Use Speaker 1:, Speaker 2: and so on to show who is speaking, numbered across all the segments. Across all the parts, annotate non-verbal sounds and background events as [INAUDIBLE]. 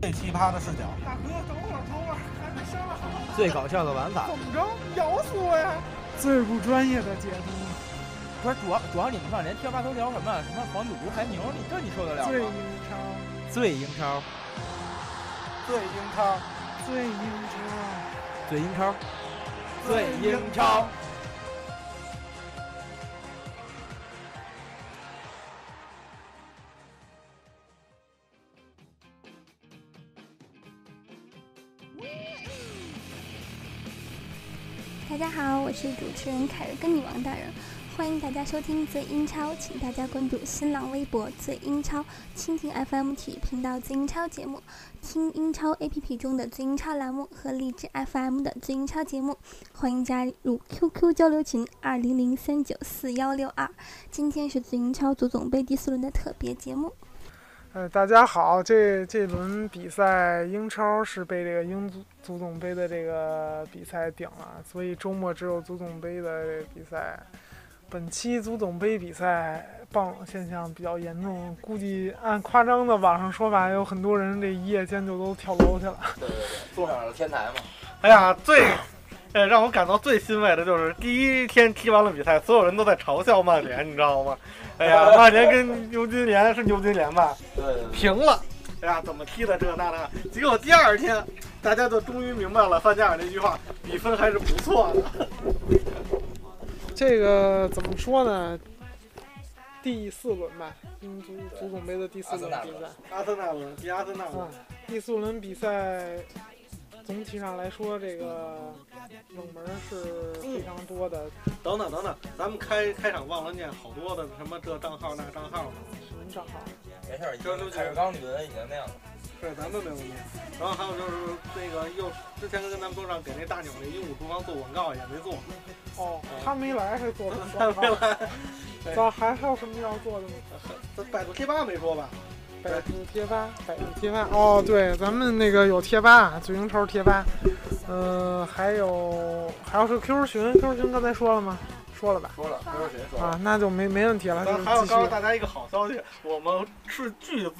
Speaker 1: 最奇葩的视角，
Speaker 2: 大哥，等会儿，等会儿，还没上。
Speaker 3: 最搞笑的玩法。
Speaker 2: 怎么着？咬死我呀！最不专业的解读，
Speaker 4: 不是主要主要你们上连贴吧都聊什么什么黄赌毒还牛，你这你受得了
Speaker 2: 最
Speaker 4: 吗？
Speaker 2: 英超，
Speaker 3: 最英超，
Speaker 1: 最英超，
Speaker 2: 最英超，
Speaker 3: 最英超，
Speaker 1: 最英超。
Speaker 5: 大家好，我是主持人凯儿跟女王大人，欢迎大家收听最英超，请大家关注新浪微博最英超、蜻蜓 FM 体育频道最英超节目、听英超 APP 中的最英超栏目和荔枝 FM 的最英超节目，欢迎加入 QQ 交流群二零零三九四幺六二。今天是最英超足总杯第四轮的特别节目，
Speaker 2: 呃，大家好，这这轮比赛英超是被这个英足足总杯的这个比赛顶了，所以周末只有足总杯的比赛。本期足总杯比赛爆冷现象比较严重，估计按夸张的网上说法，有很多人这一夜间就都跳楼去了。
Speaker 6: 对对对，坐上了天台嘛。
Speaker 7: 哎呀，最， [CLEARS THROAT] 呃，让我感到最欣慰的就是第一天踢完了比赛，所有人都在嘲笑曼联，你知道吗？哎呀，曼联跟牛津联是牛津联吧，
Speaker 6: 对对对，
Speaker 7: 平了。哎呀，怎么踢的这那的？结果第二天，大家就终于明白了范加尔那句话，比分还是不错的。
Speaker 2: 这个怎么说呢？第四轮吧，英足足总杯的第四轮比赛。
Speaker 7: 阿森纳轮比阿森纳
Speaker 2: 啊
Speaker 7: 轮，，
Speaker 2: 第四轮比赛总体上来说，这个冷门是非常多的。
Speaker 7: 等等等等，咱们开开场忘了念好多的什么这账号那账号的，
Speaker 2: 什么账号？
Speaker 6: 没事儿，就是凯尔刚理论已经那样了。
Speaker 7: 是咱们没有念。然后还有就是那个又之前跟咱们说让给那大鸟那鹦鹉厨房做广告也没做。
Speaker 2: 哦，他没来还做什么
Speaker 7: [LAUGHS] 他
Speaker 2: 账
Speaker 7: 没
Speaker 2: 号？
Speaker 7: 来，
Speaker 2: 咱还还有什么要做的吗？
Speaker 7: 这百度贴吧没说吧？
Speaker 2: 百度贴吧，百度贴吧。哦，对，咱们那个有贴吧，最英超贴吧。呃，还有还有是 QQ 群，QQ 群刚才说了吗？说了吧。
Speaker 6: 说了，都是谁说
Speaker 2: 啊
Speaker 6: 了？，
Speaker 2: 那就没没问题了。
Speaker 7: 咱
Speaker 2: 啊就
Speaker 7: 还要
Speaker 2: 是继
Speaker 7: 告诉
Speaker 2: 续。
Speaker 7: 大家一个好消息，我们斥巨资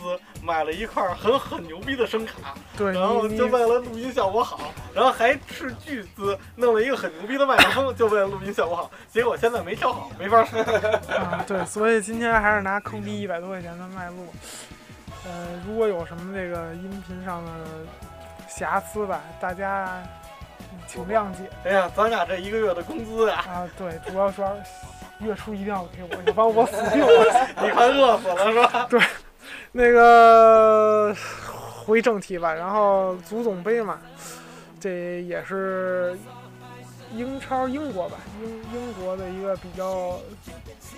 Speaker 7: 买了一块很很牛逼的声卡，
Speaker 2: 对，
Speaker 7: 然后
Speaker 2: 哎你
Speaker 7: 就
Speaker 2: 你
Speaker 7: 为了录音效果好，然后还斥巨资弄了一个很牛逼的麦克风，就为了录音效果好。结果现在没调好，没
Speaker 2: [LAUGHS]
Speaker 7: 法使。
Speaker 2: 啊，对，所以今天还是拿坑逼一百多块钱的麦录。呃，如果有什么这个音频上的瑕疵吧，大家嗯请谅解
Speaker 7: 哎呀，咱俩这一个月的工资啊，
Speaker 2: 啊。对，主要说月初一定要给我，要不然我死定了。
Speaker 7: 你快饿死了是吧？
Speaker 2: 那个回正题吧，然后足总杯嘛，这也是英超英国吧，英英国的一个比较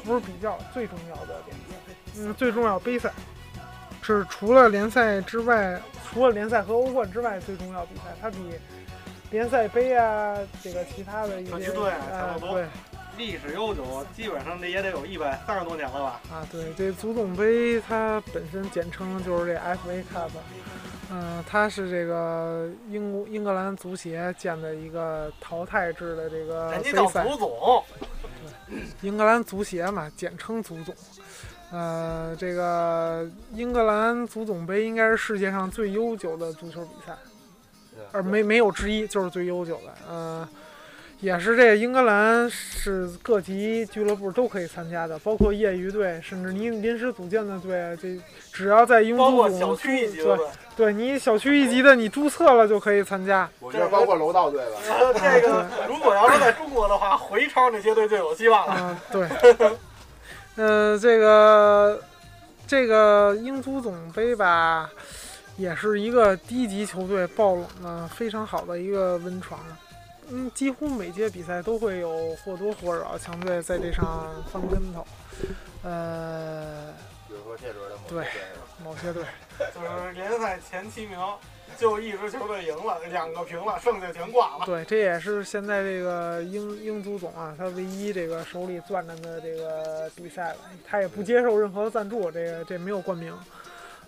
Speaker 2: 不是比较最重要的联赛，嗯，最重要杯赛是除了联赛之外，除了联赛和欧冠之外最重要比赛，它比联赛杯啊，这个其他的一些
Speaker 7: 小球队啊
Speaker 2: 哎
Speaker 7: 强得多
Speaker 2: 对
Speaker 7: [LAUGHS] 历史悠久，基本上这也得有一百三十多年了吧？
Speaker 2: 啊，对，这足总杯它本身简称就是这 FA Cup，嗯、它是这个英国英格兰足协建的一个淘汰制的这个
Speaker 7: 人家叫
Speaker 2: 杯赛，
Speaker 7: 足总，
Speaker 2: 英格兰足协嘛，简称足总。呃，这个英格兰足总杯应该是世界上最悠久的足球比赛，
Speaker 7: 啊
Speaker 2: 而没没有之一，就是最悠久的。呃，也是这英格兰是各级俱乐部都可以参加的，包括业余队，甚至你临时组建的队，啊这只要在英
Speaker 7: 包
Speaker 2: 足
Speaker 7: 括
Speaker 2: 总
Speaker 7: 小
Speaker 2: 注
Speaker 7: 区一级的
Speaker 2: 对，对你小区一级的你注册了就可以参加。
Speaker 6: 我觉得包括楼道队了。
Speaker 7: 呃，这
Speaker 2: [LAUGHS]
Speaker 7: 个如果要是在中国的话，回超那些队就有希望了。
Speaker 2: 啊、对，呃，这个这个英足总杯吧，也是一个低级球队爆冷的非常好的一个温床。嗯，几乎每届比赛都会有或多或少强队在这上翻跟头。呃，
Speaker 6: 比如说这轮的某
Speaker 2: 对
Speaker 6: 些
Speaker 2: 某些队，
Speaker 7: 就是联赛前七名，就一支球队赢了，两个平了，剩下全挂了。
Speaker 2: 对，这也是现在这个英英足总啊，他唯一这个手里攥着的这个比赛了，他也
Speaker 7: 嗯
Speaker 2: 不接受任何赞助，这个这没有冠名。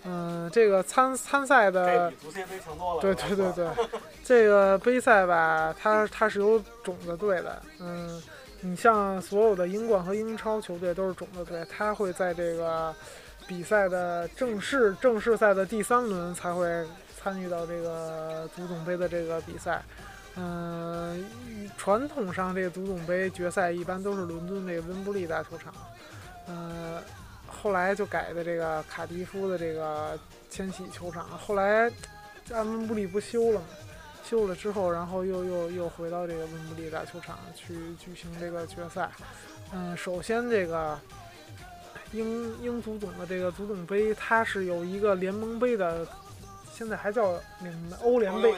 Speaker 2: 嗯、这个参参赛
Speaker 7: 这
Speaker 2: 的
Speaker 7: 比，足协杯强多了。
Speaker 2: 对对对对， [LAUGHS] 这个杯赛吧，它它是有种子队的，嗯，你像所有的英冠和英超球队都是种子队，它会在这个比赛的正式正式赛的第三轮才会参与到这个足总杯的这个比赛。嗯、传统上这个足总杯决赛一般都是伦敦这个温布利大球场，呃，后来就改的这个卡迪夫的这个千禧球场，后来这按温布利不修了嘛，修了之后，然后又又又回到这个温布利大球场去举行这个决赛。嗯，首先这个英英足总的这个足总杯，它是有一个联盟杯的，现在还叫联盟欧联杯，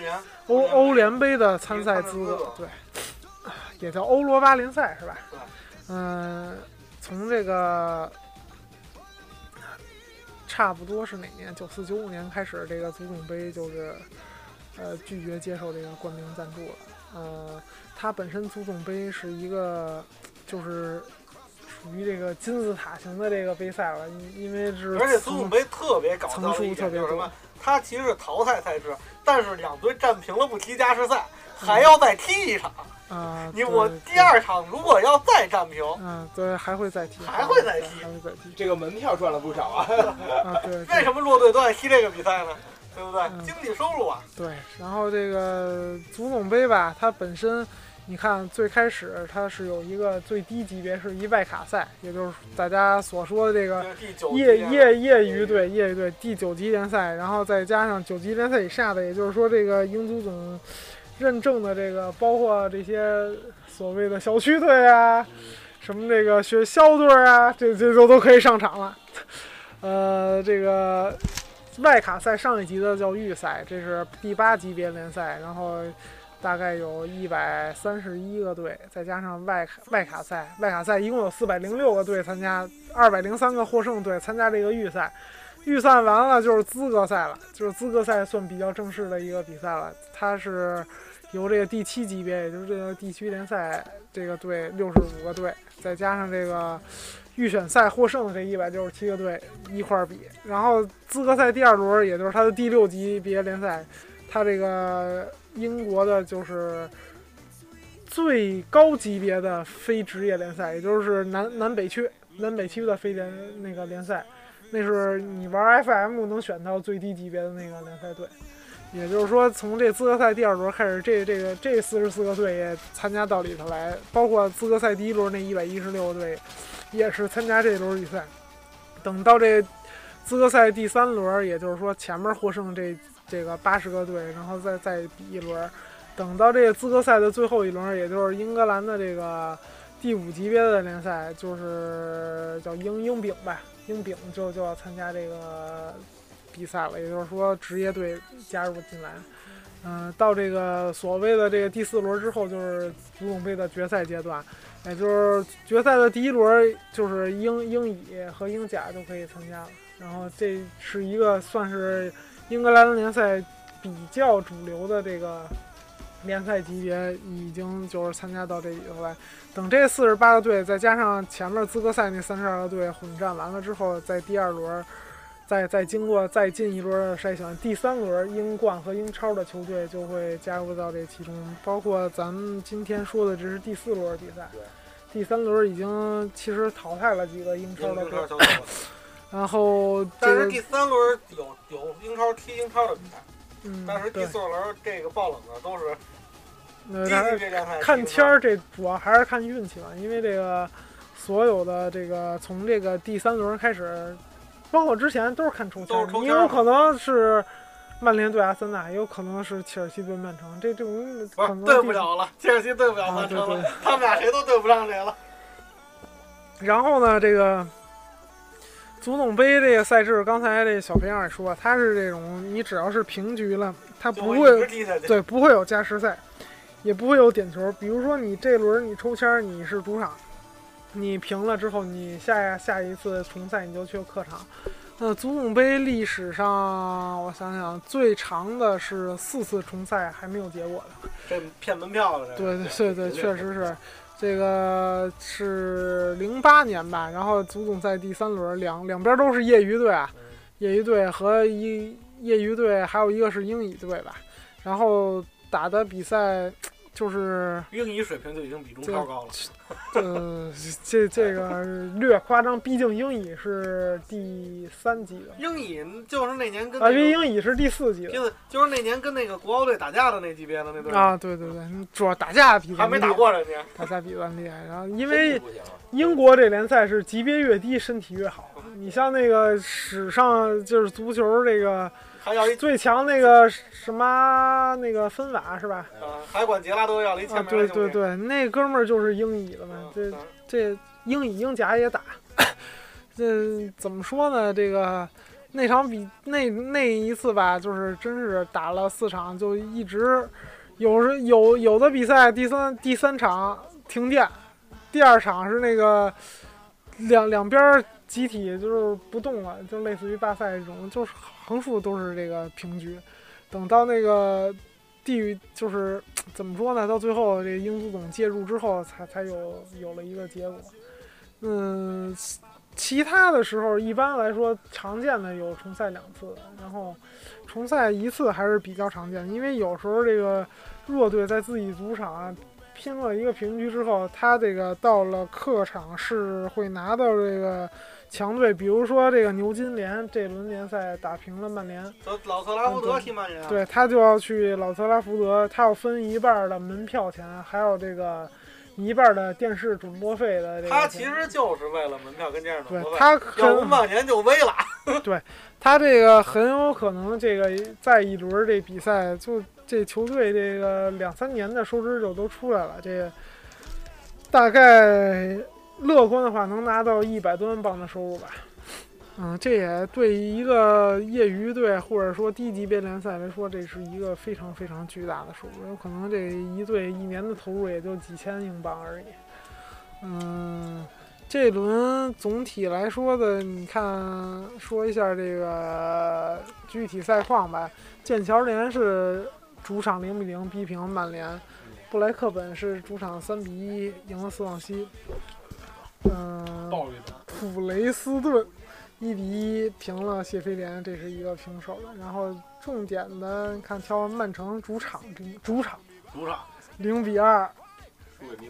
Speaker 2: 欧欧联杯的参赛资格，对，也叫欧罗巴联赛是吧？嗯，从这个差不多是哪年？九四九五年开始，这个足总杯就是呃拒绝接受这个冠名赞助了。呃，它本身足总杯是一个就是属于这个金字塔型的这个杯赛了，因因为是
Speaker 7: 而且足总杯特别搞
Speaker 2: 层
Speaker 7: 笑的
Speaker 2: 数
Speaker 7: 一
Speaker 2: 特
Speaker 7: 点
Speaker 2: 别
Speaker 7: 就是什
Speaker 2: 多
Speaker 7: 么？。它其实是淘汰赛制，但是两队战平了不踢加时赛，还要再踢一场。
Speaker 2: 啊，
Speaker 7: 你
Speaker 2: 对
Speaker 7: 我
Speaker 2: 对
Speaker 7: 第二场如果要再战平，
Speaker 2: 嗯，对，还会再踢，
Speaker 7: 还会再踢
Speaker 2: 还会再踢
Speaker 6: 这个门票赚了不少啊！
Speaker 2: [LAUGHS] 啊！对，
Speaker 7: 为
Speaker 2: 对
Speaker 7: 什么弱队都爱踢这个比赛呢？对不对？
Speaker 2: 嗯
Speaker 7: 经济收入啊，
Speaker 2: 对。然后这个足总杯吧，它本身你看最开始它是有一个最低级别是一外卡赛，也就是大家所说的这个
Speaker 7: 就是第九
Speaker 2: 业
Speaker 7: 届
Speaker 2: 业业余队业余队第九级联赛，然后再加上九级联赛以下的，也就是说这个英足总认证的这个，包括这些所谓的小区队啊，什么这个学校队啊，这这都都可以上场了。呃，这个外卡赛上一级的叫预赛，这是第八级别联赛，然后大概有一百三十一个队，再加上外卡外卡赛，外卡赛一共有四百零六个队参加，二百零三个获胜队参加这个预赛。预赛完了就是资格赛了，就是资格赛算比较正式的一个比赛了。它是由这个第七级别，也就是这个地区联赛这个队六十五个队，再加上这个预选赛获胜的这一百六十七个队一块儿比。然后资格赛第二轮，也就是它的第六级别联赛，它这个英国的就是最高级别的非职业联赛，也就是南南北区南北区的非联那个联赛，那是你玩 FM 能选到最低级别的那个联赛队。也就是说，从这资格赛第二轮开始，这这个这四十四个队也参加到里头来，包括资格赛第一轮那一百一十六个队，也是参加这轮比赛。等到这资格赛第三轮，也就是说前面获胜这这个八十个队，然后再再比一轮。等到这资格赛的最后一轮，也就是英格兰的这个第五级别的联赛，就是叫英英丙吧，英丙就就要参加这个比赛了，也就是说职业队加入进来。嗯、到这个所谓的这个第四轮之后，就是足总杯的决赛阶段，也就是决赛的第一轮，就是英英乙和英甲就可以参加了。然后这是一个算是英格兰联赛比较主流的这个联赛级别，已经就是参加到这里头来。等这四十八个队再加上前面资格赛那三十二个队混战完了之后，在第二轮。再再经过再进一轮的筛选，第三轮英冠和英超的球队就会加入到这其中，包括咱们今天说的这是第四轮比赛
Speaker 6: 对，
Speaker 2: 第三轮已经其实淘汰了几个英超
Speaker 7: 英
Speaker 2: 的
Speaker 7: 超
Speaker 2: 队，
Speaker 7: 球队。
Speaker 2: 然后这
Speaker 7: 但
Speaker 2: 个
Speaker 7: 是第三轮有有英超踢英超的比赛，
Speaker 2: 嗯
Speaker 7: 但是第
Speaker 2: 对
Speaker 7: 四轮这个爆冷的都是
Speaker 2: 呃
Speaker 7: 低
Speaker 2: 然后
Speaker 7: 级别联赛。
Speaker 2: 看天儿，这主要还是看运气吧，因为这个所有的这个从这个第三轮开始，包括之前都是看抽签
Speaker 7: 都
Speaker 2: 儿
Speaker 7: 是，抽
Speaker 2: 你
Speaker 7: 签儿
Speaker 2: 有可能是曼联对阿森纳，也有可能是切尔西对曼城，这这种
Speaker 7: 不
Speaker 2: 可
Speaker 7: 是
Speaker 2: 能
Speaker 7: 对
Speaker 2: 第
Speaker 7: 不了了，切尔西对不了
Speaker 2: 啊，
Speaker 7: 曼
Speaker 2: 对
Speaker 7: 城
Speaker 2: 对
Speaker 7: 了，。 [LAUGHS] 他们俩谁都对不上谁了。
Speaker 2: 然后呢，这个足总杯这个赛制，刚才这小培养也说，它是这种你只要是平局了，它
Speaker 7: 就
Speaker 2: 不
Speaker 7: 会
Speaker 2: 会
Speaker 7: 一直踢下去。
Speaker 2: [LAUGHS] 对，不会有加时赛，也不会有点球。比如说你这轮你抽签儿你是主场，你平了之后，你下下一次重赛你就去客场。那足总杯历史上，我想想，最长的是四次重赛还没有结果的。
Speaker 7: 这骗门票了，这
Speaker 2: 对对对对，确实是，这个是零八年吧，然后足总赛第三轮，两两边都是业余队啊，
Speaker 7: 嗯
Speaker 2: 业余队和一业余队，还有一个是英乙队吧，然后打的比赛就是
Speaker 7: 英乙水平就已经比中超高了。
Speaker 2: 呃，这这个略夸张，毕竟英乙是第三级的，
Speaker 7: 英乙就是那年跟
Speaker 2: 啊，
Speaker 7: 那
Speaker 2: 这
Speaker 7: 个
Speaker 2: 英乙是第四级的
Speaker 7: 就是就是那年跟那个国奥队打架的那级别的那队，
Speaker 2: 啊，对对对，主要打架比咱
Speaker 7: 还
Speaker 2: 们
Speaker 7: 没
Speaker 2: 厉
Speaker 7: 打，过人家。
Speaker 2: 打架比咱们厉害。然后因
Speaker 6: 真
Speaker 2: 为
Speaker 6: 的不行啊，
Speaker 2: 英国这联赛是级别越低，身体越好。你像那个史上就是足球这个
Speaker 7: 还要一
Speaker 2: 最强那个什么那个芬瓦是吧？
Speaker 7: 呃，还管杰拉多要了一
Speaker 2: 啊，
Speaker 7: 签名
Speaker 2: 对
Speaker 7: 的兄
Speaker 2: 对
Speaker 7: 弟。
Speaker 2: 对，那哥们儿就是英乙的嘛
Speaker 7: 嗯，
Speaker 2: 这
Speaker 7: 嗯
Speaker 2: 这英乙英甲也
Speaker 7: [LAUGHS]
Speaker 2: 打，这怎么说呢？这个那场比那那一次吧，就是真是打了四场，就一直有时有有的比赛第三第三场停电，第二场是那个两两边儿集体就是不动了，就类似于罢赛这种，就是横竖都是这个平局。等到那个地域就是怎么说呢？到最后这个英足总介入之后才，才有有了一个结果。嗯，其其他的时候一般来说常见的有重赛两次，然后重赛一次还是比较常见，因为有时候这个弱队在自己主场啊拼了一个平局之后，他这个到了客场是会拿到这个强队，比如说这个牛津联这轮联赛打平了曼联，
Speaker 7: 都老特拉福德踢曼联啊，
Speaker 2: 对他就要去老特拉福德，他要分一半儿的门票钱，还有这个一半儿的电视转播费的这个钱。
Speaker 7: 他其实就是为了门票跟电视转
Speaker 2: 对
Speaker 7: 播费。
Speaker 2: 他
Speaker 7: 要不
Speaker 2: 很
Speaker 7: 曼联就危了。
Speaker 2: 他这个很有可能这个再一轮儿这比赛，就这球队这个两三年的收支就都出来了，这个大概乐观的话能拿到一百多万镑的收入吧。嗯，这也对于一个业余队或者说低级别联赛来说，这是一个非常非常巨大的收入，有可能这一队一年的投入也就几千英镑而已。嗯，这轮总体来说的，你看说一下这个具体赛况吧。剑桥联是主场零比零逼平曼联，布莱克本是主场三比一赢了斯旺西。嗯、
Speaker 4: 暴力的。
Speaker 2: 普雷斯顿一比一平了谢菲联，这是一个平手的。然后重点的看挑曼城主场零主场
Speaker 7: 主场
Speaker 2: 零比二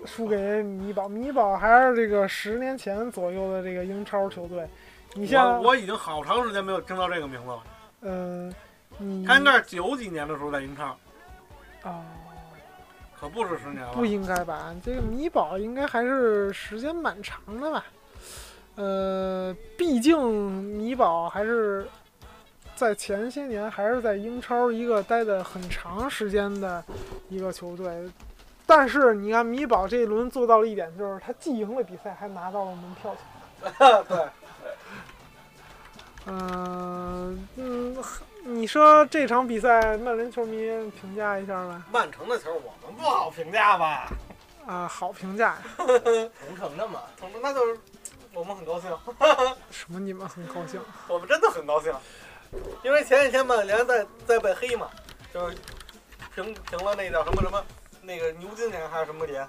Speaker 6: 输
Speaker 2: 输给
Speaker 6: 给米兰
Speaker 2: 米堡，米堡还是这个十年前左右的这个英超球队。你像
Speaker 7: 我我已经好长时间没有听到这个名字了。
Speaker 2: 呃，你
Speaker 7: 他应该是九几年的时候在英超，
Speaker 2: 啊、
Speaker 7: 可不是十年了。
Speaker 2: 不应该吧？这个米堡应该还是时间蛮长的吧？呃，毕竟米堡还是在前些年还是在英超一个待的很长时间的一个球队。但是你看，米堡这一轮做到了一点，就是他既赢了比赛，还拿到了门票钱。对。嗯嗯，你说这场比赛，曼联球迷评价一下吧？
Speaker 7: 曼城的球我们不好评价吧？
Speaker 2: 啊，好评价呀。
Speaker 4: 同城的嘛，
Speaker 7: 总之那就是我们很高兴，
Speaker 2: 什么？你们很高兴？
Speaker 7: 我们真的很高兴，因为前几天曼联在在被黑嘛，就是评评了那叫什么什么那个牛津联还是什么联，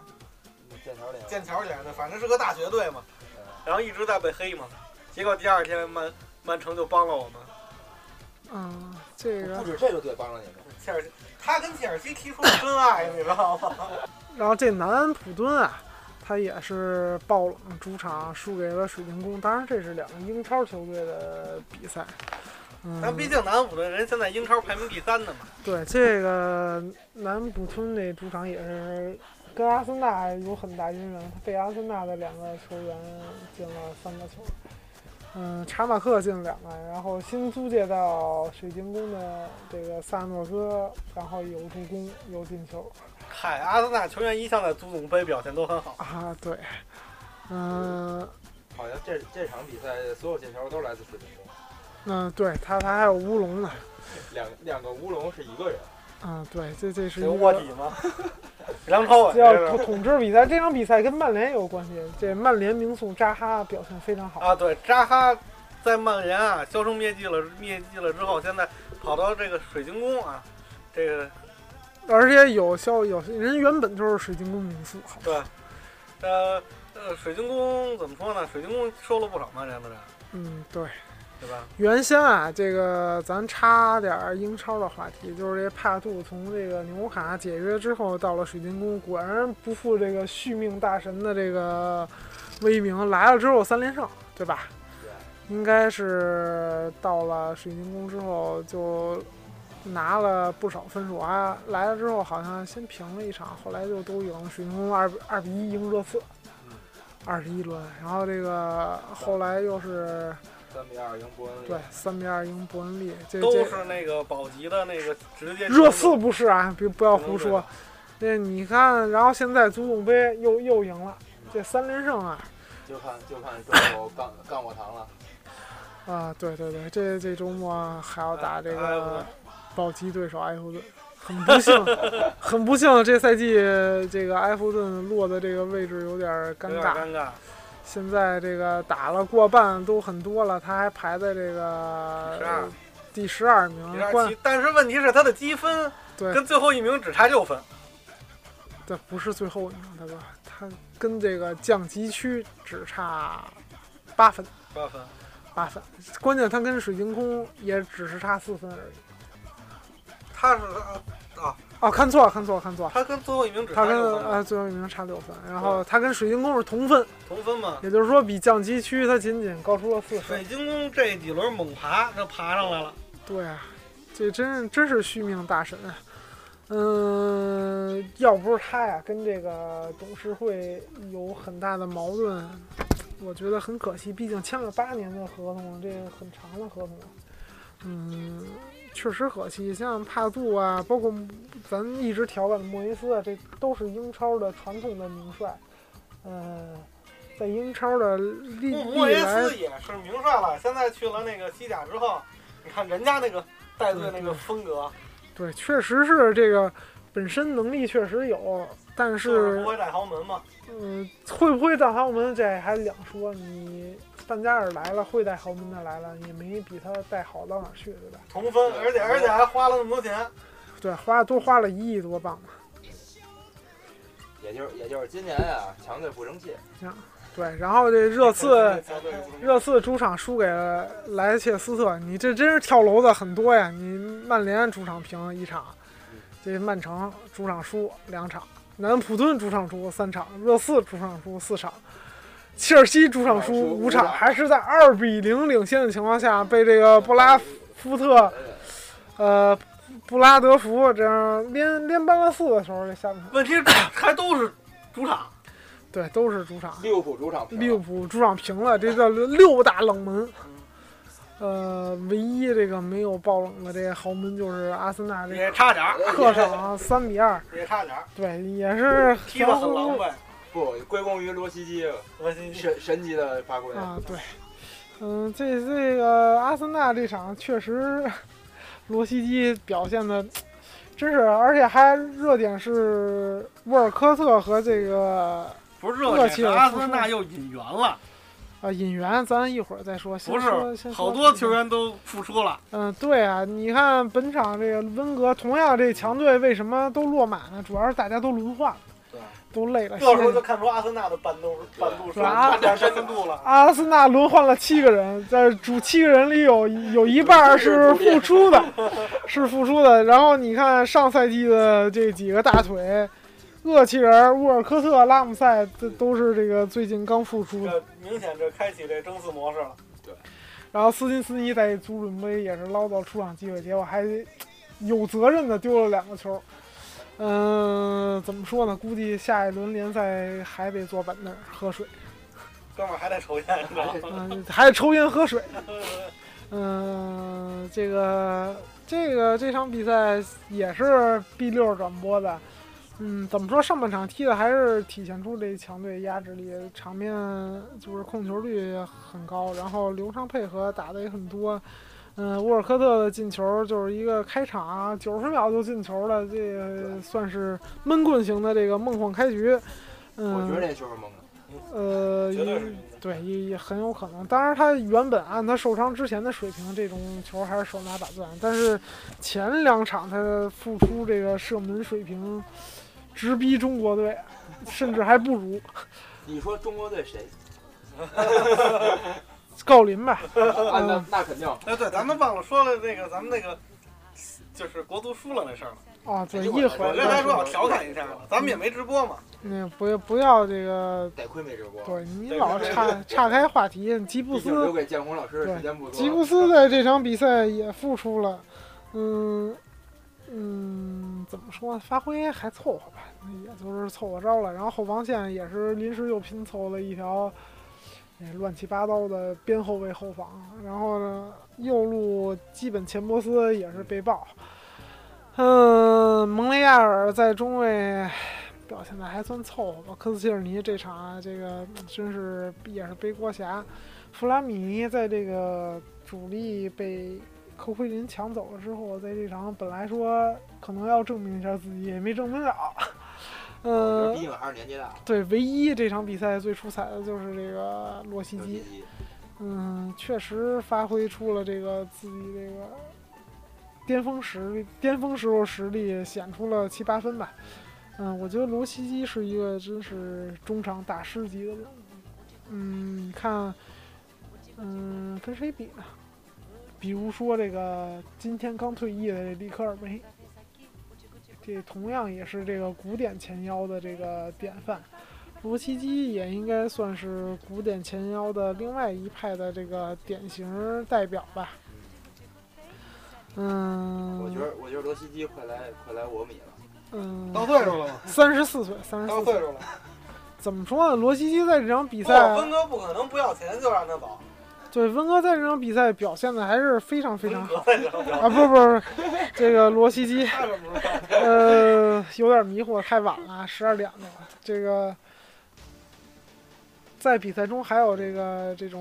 Speaker 6: 剑桥联，
Speaker 7: 剑桥联的，反正是个大学队嘛，然后一直在被黑嘛，结果第二天曼曼城就帮了我们。
Speaker 2: 嗯，这个，
Speaker 6: 不止这个队帮了你们，
Speaker 7: 嗯切尔西，嗯他跟切尔西踢出了真爱，你知道吗？
Speaker 2: 然后这南安普敦啊，他也是爆冷主场输给了水晶宫。当然，这是两个英超球队的比赛。
Speaker 7: 咱毕
Speaker 2: 嗯，
Speaker 7: 竟南普顿人现在英超排名第三的嘛，
Speaker 2: 对这个南安普敦这主场也是跟阿森纳有很大渊源，他被阿森纳的两个球员进了三个球。嗯，查马克进了两个，然后新租借到水晶宫的这个萨诺戈，然后有助攻有进球。
Speaker 7: 嗨，阿森纳球员一向在足总杯表现都很好。
Speaker 2: 啊，对，嗯、
Speaker 6: 好像这这场比赛所有进球都来自水晶宫，
Speaker 2: 嗯、对他他还有乌龙呢，
Speaker 6: 两两个乌龙是一个人，
Speaker 2: 啊、啊对，这这是一
Speaker 7: 有卧
Speaker 2: 个
Speaker 7: 底吗？ [LAUGHS] 梁朝伟
Speaker 2: 叫
Speaker 7: 这
Speaker 2: 统
Speaker 7: 是
Speaker 2: 统治比赛，这场比赛跟曼联有关系，这曼联名宿扎哈表现非常好，
Speaker 7: 啊，对，扎哈在曼联啊销声灭迹了，灭迹了之后，现在跑到这个水晶宫啊，这个
Speaker 2: 而且有效有人原本就是水晶宫名宿，好
Speaker 7: 对，呃呃，水晶宫怎么说呢？水晶宫收了不少曼联的人，
Speaker 2: 嗯，对，
Speaker 6: 对吧？
Speaker 2: 原先啊，这个咱插点儿英超的话题，就是这帕杜从这个纽卡解约之后，到了水晶宫，果然不负这个续命大神的这个威名，来了之后三连胜，对吧？应该是到了水晶宫之后就拿了不少分数啊，来了之后好像先平了一场，后来就都赢了，水晶宫二二比一赢热刺，二十一轮，然后这个后来又是。
Speaker 6: 三比二赢伯恩利，
Speaker 2: 对，三比二赢伯恩利，这
Speaker 7: 都
Speaker 2: 这
Speaker 7: 是那个保级的那个直接
Speaker 2: 热刺不是啊，别不要
Speaker 7: 不
Speaker 2: 胡
Speaker 7: 能这
Speaker 2: 说
Speaker 7: 样。
Speaker 2: 这你看，然后现在足总杯又又赢了，这三连胜啊
Speaker 6: 就看就看中国干干果糖了。
Speaker 2: 啊！对对对，这这周末还要打这
Speaker 7: 哎哎我
Speaker 2: 个保级对手埃弗顿，很不幸，很不幸，这赛季这个埃弗顿落的这个位置有点尴
Speaker 7: 有点
Speaker 2: 尬。
Speaker 7: 尴尬。
Speaker 2: 现在这个打了过半都很多了，他还排在这个
Speaker 7: 12
Speaker 2: 第十二名
Speaker 7: 第，二
Speaker 2: 嗯冠
Speaker 7: 期，但是问题是他的积分
Speaker 2: 对
Speaker 7: 跟最后一名只差六分，
Speaker 2: 这不是最后一名，大哥，他跟这个降级区只差八分，
Speaker 7: 八分。
Speaker 2: 八分。关键他跟水晶宫也只是差四分而已。
Speaker 7: 他是啊，
Speaker 2: 哦，看错了，看错了，看错了。
Speaker 7: 他跟最后一名只差
Speaker 2: 他跟
Speaker 7: 六分嘛，
Speaker 2: 呃最后一名差六分，然后他跟水晶宫是同分，
Speaker 7: 同分 [LAUGHS] 嘛。
Speaker 2: 也就是说比降级区他仅仅高出了四分
Speaker 7: 水。晶宫这几轮猛爬，这爬上来了。
Speaker 2: 对啊，这真真是续命大神啊！嗯，要不是他呀，跟这个董事会有很大的矛盾，我觉得很可惜。毕竟签了八年的合同，这个很长的合同，嗯，确实可惜。像帕杜啊，包括咱们一直调侃的莫耶斯啊，这都是英超的传统的名帅。嗯，在英超的历
Speaker 7: 莫
Speaker 2: 历
Speaker 7: 莫耶
Speaker 2: 来
Speaker 7: 斯也是名帅了，现在去了那个西甲之后，你看人家那个带队那个风格，
Speaker 2: 对，确实是这个本身能力确实有，但
Speaker 7: 就是
Speaker 2: 是
Speaker 7: 不会带豪门嘛。
Speaker 2: 嗯，会不会带豪门这还两说。你范加尔来了，会带豪门的来了，也没比他带好到哪儿去，对吧？
Speaker 7: 同分，
Speaker 6: 对
Speaker 7: 而且而且还花了那么多钱。
Speaker 2: 对，花多花了一亿多镑嘛。
Speaker 6: 也就是也就是今年啊，强队不争 [LAUGHS] 气，
Speaker 2: 对，然后这热刺。
Speaker 7: 强队不
Speaker 2: 热刺主场输给了莱切斯特，你这真是跳楼的很多呀！你曼联主场平一场，这曼城主场输两场，南普顿主场输三场，热刺主场输四场，切尔西主场输五场，还是在二比零领先的情况下被这个布拉夫特呃布拉德福这样连连扳了四个球，这下半场
Speaker 7: 问 [COUGHS] 题是还都是主场，
Speaker 2: 对都是主场，
Speaker 6: [LAUGHS] 利物浦主场平了
Speaker 2: 利物浦主场平了，这叫六大冷门。
Speaker 7: 嗯
Speaker 2: 呃，唯一这个没有爆冷的这个豪门就是阿森纳这
Speaker 7: 也
Speaker 2: 个
Speaker 7: 差点儿，
Speaker 2: 客场三比二，
Speaker 7: 也差点儿，
Speaker 2: 对，也是
Speaker 7: 踢得很狼狈。
Speaker 6: 不归功于罗西基
Speaker 7: 我心
Speaker 6: 神神级的发挥。
Speaker 2: 啊，对，嗯，这这个阿森纳这场确实，罗西基表现的真是，而且还热点是沃尔科特和这个
Speaker 7: 不是热
Speaker 2: 热
Speaker 7: 点，
Speaker 2: 气
Speaker 7: 是
Speaker 2: 了
Speaker 7: 阿
Speaker 2: 复
Speaker 7: 森
Speaker 2: 出
Speaker 7: 纳又引援了，
Speaker 2: 呃引援，咱一会儿再说，先
Speaker 7: 不
Speaker 2: 说
Speaker 7: 是
Speaker 2: 先
Speaker 7: 好
Speaker 2: 说
Speaker 7: 多
Speaker 2: 这
Speaker 7: 球
Speaker 2: 个
Speaker 7: 员都复出了。
Speaker 2: 嗯，对啊，你看本场这个温格，同样这强队为什么都落马呢？主要是大家都轮换了，
Speaker 6: 对，
Speaker 2: 都累了。
Speaker 7: 啊这时候
Speaker 2: 歇
Speaker 7: 就
Speaker 2: 着
Speaker 7: 看出阿森纳的半度半度
Speaker 2: 是
Speaker 7: 深
Speaker 2: 吧
Speaker 7: 半点深度了。
Speaker 2: 阿森纳轮换了七个人，在主七个人里有有一半儿是复出的，是复出的。然后你看上赛季的这几个大腿，厄齐尔、沃尔科特、拉姆塞，这都是这个最近刚复出的。
Speaker 7: 这明显这开启这争四模式了，
Speaker 2: 然后斯金斯尼在足总杯也是捞到出场机会，结果还有责任的丢了两个球。嗯、怎么说呢？估计下一轮联赛还得坐板凳儿喝水，
Speaker 7: 哥们儿还在抽烟，你知道吗？
Speaker 2: 嗯、还得抽烟喝水。嗯、这个这个这场比赛也是 B 六转播的。嗯，怎么说？上半场踢的还是体现出这强队压制力，场面就是控球率很高，然后流畅配合打的也很多。嗯，沃尔科特的进球就是一个开场九十秒就进球了，这个算是闷棍型的这个梦幻开局。嗯，
Speaker 6: 我觉得那球是蒙的，
Speaker 2: 呃，
Speaker 7: 绝对是
Speaker 2: 也
Speaker 7: 赢的
Speaker 2: 对，也也很有可能。当然，他原本按他受伤之前的水平，这种球还是手拿把攥。但是前两场他的付出这个射门水平，直逼中国队，甚至还不如。
Speaker 6: 你说中国队谁？
Speaker 2: [LAUGHS] 郜林吧，
Speaker 7: 嗯
Speaker 2: 嗯
Speaker 6: 啊，那那肯定，
Speaker 7: 哎，对，咱们忘了说了那个咱们那个就是国足输了那事儿了。
Speaker 2: 啊，对，
Speaker 6: 哎
Speaker 2: 一
Speaker 6: 呦
Speaker 2: 回
Speaker 7: 我
Speaker 6: 我
Speaker 7: 这
Speaker 6: 这
Speaker 7: 还
Speaker 6: 还
Speaker 7: 说
Speaker 6: 说
Speaker 7: 要
Speaker 6: 要
Speaker 7: 调
Speaker 6: 调
Speaker 7: 侃
Speaker 6: 侃
Speaker 7: 一
Speaker 6: 一
Speaker 7: 下
Speaker 6: 下
Speaker 7: 呢
Speaker 6: 呢，
Speaker 7: 咱们也没直播嘛。
Speaker 2: 那不要不要这个，
Speaker 6: 得亏没直播，
Speaker 2: 对你
Speaker 7: 对
Speaker 2: 老
Speaker 7: 对对
Speaker 2: 岔岔开话题，吉布
Speaker 6: 毕竟留
Speaker 2: 斯
Speaker 6: 给建宏老师的时间不多。
Speaker 2: 吉布斯在这场比赛也付出了，嗯嗯，怎么说呢，发挥还凑合吧，也就是凑合着了。然后后防线也是临时又拼凑了一条。哎乱七八糟的边后卫后防，然后呢，右路基本钱伯斯也是被爆。嗯，蒙雷亚尔在中卫表现的还算凑合吧。科斯切尔尼这场啊，这个嗯真是也是背锅侠。弗拉米尼在这个主力被科奎林抢走了之后，在这场本来说可能要证明一下自己，也没证明了。
Speaker 6: 哦，
Speaker 2: 嗯
Speaker 6: 比，你们二十年纪大，
Speaker 2: 对，唯一这场比赛最出彩的就是这个洛西
Speaker 6: 有
Speaker 2: 基
Speaker 6: 几，级？
Speaker 2: 嗯，确实发挥出了这个自己这个巅峰时巅峰时候实力，显出了七八分吧。嗯，我觉得罗西基是一个真是中场大师级的人物。嗯，你看，嗯，跟谁比呢？比如说这个今天刚退役的里克尔梅，这同样也是这个古典前腰的这个典范。罗西基也应该算是古典前腰的另外一派的这个典型代表吧。嗯，
Speaker 6: 我觉得我觉得罗西基快来快来我米了，
Speaker 2: 嗯，
Speaker 7: 到岁数了嘛，
Speaker 2: 三十四岁，三十
Speaker 7: 到
Speaker 2: 四
Speaker 7: 岁
Speaker 2: 岁，
Speaker 7: 数了。
Speaker 2: 怎么说呢？罗西基在这场比
Speaker 1: 不，
Speaker 7: 啊
Speaker 2: 赛，
Speaker 1: 哦温哥不可能不要钱就让他走，
Speaker 2: 对温哥在这场比赛表现的还是非常非常
Speaker 1: 温
Speaker 2: 好
Speaker 1: 哥也要
Speaker 2: 啊！不不不，
Speaker 1: [LAUGHS]
Speaker 2: 这个罗西基，呃，有点迷糊，太晚了，十二点了。这个在比赛中还有这个这种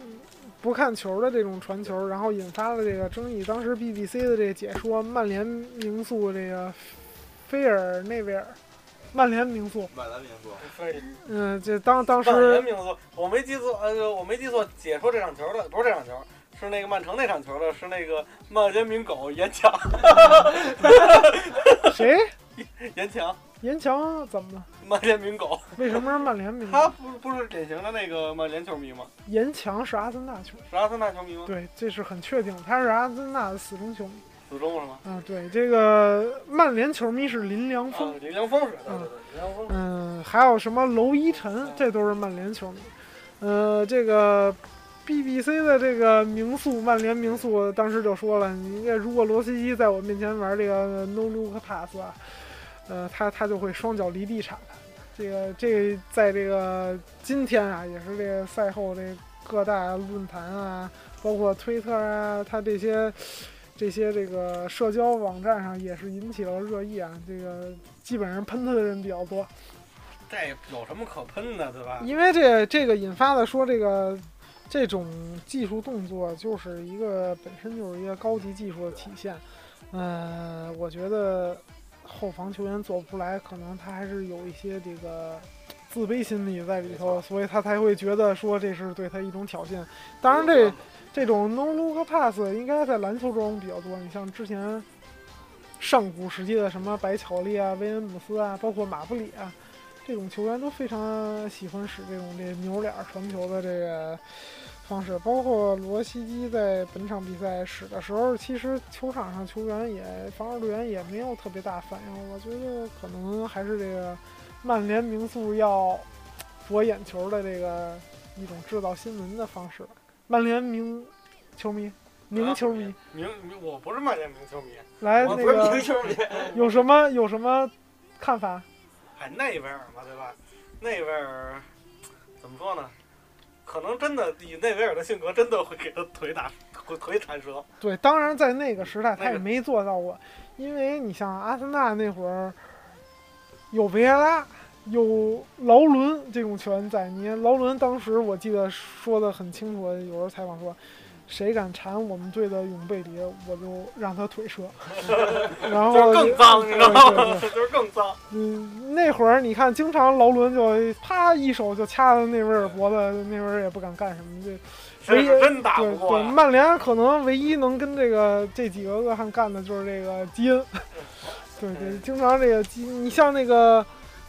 Speaker 2: 嗯不看球的这种传球，然后引发了这个争议。当时 BBC 的这个解说，曼联名宿这个菲尔内维尔，曼联名宿，
Speaker 6: 曼联民宿。
Speaker 2: 嗯，这当当
Speaker 7: 曼联
Speaker 2: 时
Speaker 7: 名宿，我没记错，呃，我没记错，解说这场球的不是这场球，是那个曼城那场球的，是那个曼联名狗严强，
Speaker 2: 谁
Speaker 7: 严强，
Speaker 2: 严强啊怎么了？
Speaker 7: 曼联名狗，
Speaker 2: 为什么让曼联名宿？
Speaker 7: [LAUGHS] 他不不是典型的那个曼联球迷吗？
Speaker 2: 严强是阿森纳球迷，
Speaker 7: 是阿森纳球迷吗？
Speaker 2: 对，这是很确定，他是阿森纳的死忠球迷
Speaker 7: 死忠是吗？
Speaker 2: 啊。对，这个曼联球迷是林良
Speaker 7: 啊
Speaker 2: 锋，，
Speaker 7: 林良锋是，对对对，林良锋。
Speaker 2: 嗯，还有什么娄一晨，这都是曼联球迷。呃，这个 BBC 的这个名宿，曼联名宿当时就说了，你这如果罗西基在我面前玩这个 No Look Pass 啊，呃，他他就会双脚离地铲。这个这个在这个今天啊，也是这个赛后这各大论坛啊，包括推特啊，他这些这些这个社交网站上也是引起了热议啊。这个基本上喷他的人比较多，
Speaker 7: 这有什么可喷的，对吧？
Speaker 2: 因为这这个引发的说这个这种技术动作就是一个本身就是一个高级技术的体现。呃，我觉得后防球员做不出来，可能他还是有一些这个自卑心理在里头，所以他才会觉得说这是对他一种挑衅。当然这。这种 no look pass 应该在篮球中比较多。你像之前上古时期的什么白巧丽啊、威廉姆斯啊，包括马布里啊，这种球员都非常喜欢使这种这扭脸传球的这个方式。包括罗西基在本场比赛使的时候，其实球场上球员也防守队员也没有特别大反应。我觉得可能还是这个曼联名宿要博眼球的这个一种制造新闻的方式。曼联名球迷，名球迷，
Speaker 7: 明明我不是曼联名球迷，
Speaker 2: 来
Speaker 6: 我
Speaker 2: 那
Speaker 6: 啊
Speaker 2: [LAUGHS]
Speaker 6: 不是
Speaker 2: 个
Speaker 6: 明球迷，
Speaker 2: 有什么有什么看法？
Speaker 7: 哎，内维尔嘛，对吧？内维尔怎么说呢？可能真的以内维尔的性格，真的会给他腿打腿腿弹折。 [LAUGHS]
Speaker 2: 对，当然在那个时代他
Speaker 7: 那
Speaker 2: 也
Speaker 7: 个
Speaker 2: 没做到过，因为你像阿森纳那会儿有维埃拉。有劳伦这种球员在，你看劳伦当时我记得说的很清楚，有人采访说，谁敢缠我们队的永贝里，我就让他腿 [LAUGHS] 折。然后
Speaker 7: 就是更脏，你知道
Speaker 2: 对
Speaker 7: 吗？
Speaker 2: 对
Speaker 7: 就是更脏。
Speaker 2: 嗯，那会儿你看，经常劳伦就啪一手就掐了那威尔脖子，那威尔也不敢干什么。这
Speaker 7: 这是真打
Speaker 2: 对
Speaker 7: 不过啊
Speaker 2: 对，
Speaker 7: 呀。
Speaker 2: 曼联可能唯一能跟这个这几个恶汉干的就是这个基恩。 [LAUGHS] 对
Speaker 7: 嗯
Speaker 2: 对，经常这个基，你像那个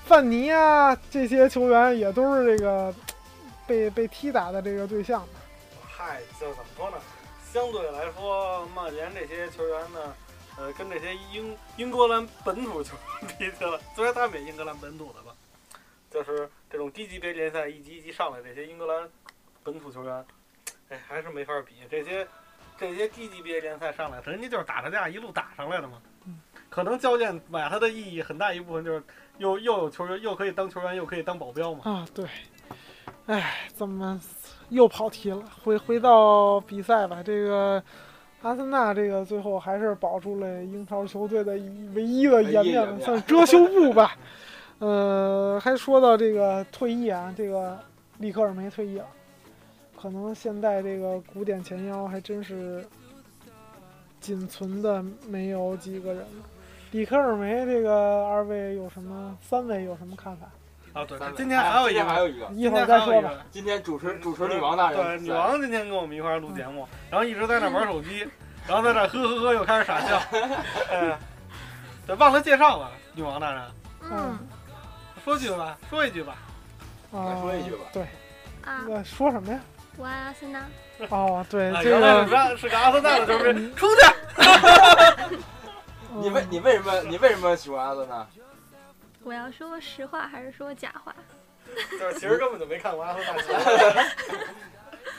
Speaker 2: 范尼啊，这些球员也都是这个被被踢打的这个对象嘛。
Speaker 7: 太就是怎么说呢？相对来说，曼联这些球员呢，呃，跟这些英英格兰本土球员比起来，虽然他们也英格兰本土的吧，就是这种低级别联赛一级一级上来，这些英格兰本土球员，哎，还是没法比。这些这些低级别联赛上来，人家就是打着架一路打上来的嘛。可能教练买他的意义很大一部分就是又又有球员，又可以当球员，又可以当保镖嘛。
Speaker 2: 啊，对，哎，怎么又跑题了？回回到比赛吧，这个阿森纳这个最后还是保住了英超球队的一唯一的颜面
Speaker 6: 唯一颜
Speaker 2: 吧，
Speaker 6: 面
Speaker 2: 算是遮羞布吧。呃，还说到这个退役啊，这个里克尔梅退役了，可能现在这个古典前腰还真是仅存的没有几个人了。里克尔梅这个二位有什么？三位有什么看法？
Speaker 7: 啊，对
Speaker 6: 三，位
Speaker 7: 今天还有一
Speaker 6: 今天还
Speaker 7: 个，
Speaker 6: 有一个，
Speaker 2: 一
Speaker 7: 哎今
Speaker 2: 会儿
Speaker 7: 天
Speaker 2: 再
Speaker 7: 还有
Speaker 2: 说
Speaker 7: 一
Speaker 2: 吧。
Speaker 7: 个。
Speaker 6: 今天主持主持女王大人
Speaker 7: 对，女王今天跟我们一块儿录节目，然后一直在那玩手机，然后在那呵呵呵又开始傻笑，哎，对，忘了介绍了，女王大人，
Speaker 2: 嗯
Speaker 7: 说句吧，说一句吧，
Speaker 2: 啊，
Speaker 6: 说一句吧
Speaker 2: 对，
Speaker 5: 啊，
Speaker 2: 呃，说什么呀？
Speaker 5: 我爱阿森纳。
Speaker 2: 哦，对
Speaker 7: 啊，，
Speaker 2: 这
Speaker 7: 原来是
Speaker 2: 个，
Speaker 7: 个是个阿森纳的球迷，出去，
Speaker 6: 你为
Speaker 2: 嗯
Speaker 6: 你为什么你为什么喜欢阿森纳？
Speaker 5: 我要说实话还是说假话？
Speaker 7: [LAUGHS] 就是其实根本就没看过阿森纳球，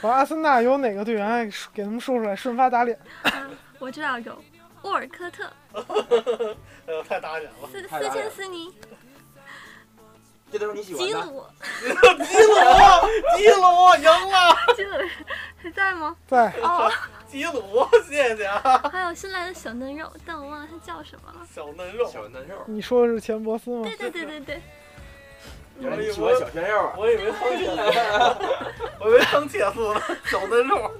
Speaker 2: 我阿森纳有哪个队员给他们说出来，顺发打脸？
Speaker 5: 啊，我知道有沃尔科特、
Speaker 7: 呃，太打脸了，
Speaker 5: 斯
Speaker 6: 太
Speaker 5: 斯
Speaker 6: 打脸
Speaker 5: 切
Speaker 6: 了
Speaker 5: 斯尼、
Speaker 6: 这都是你喜欢
Speaker 5: 吉
Speaker 6: 的。
Speaker 5: 鲁、
Speaker 7: 基鲁，基鲁赢了，
Speaker 5: 基鲁还在吗？
Speaker 2: 在
Speaker 5: 哦，
Speaker 7: 基鲁，谢谢啊，
Speaker 5: 还有新来的小嫩肉，但我忘了他叫什么了。
Speaker 7: 小嫩肉，
Speaker 6: 小嫩肉，
Speaker 2: 你说的是钱伯斯吗
Speaker 5: 对？对对对对，
Speaker 6: 原来你喜欢
Speaker 7: 哎
Speaker 6: 小鲜肉啊？
Speaker 7: 我以为桑切斯， [LAUGHS] 我以为桑切斯呢，小嫩肉。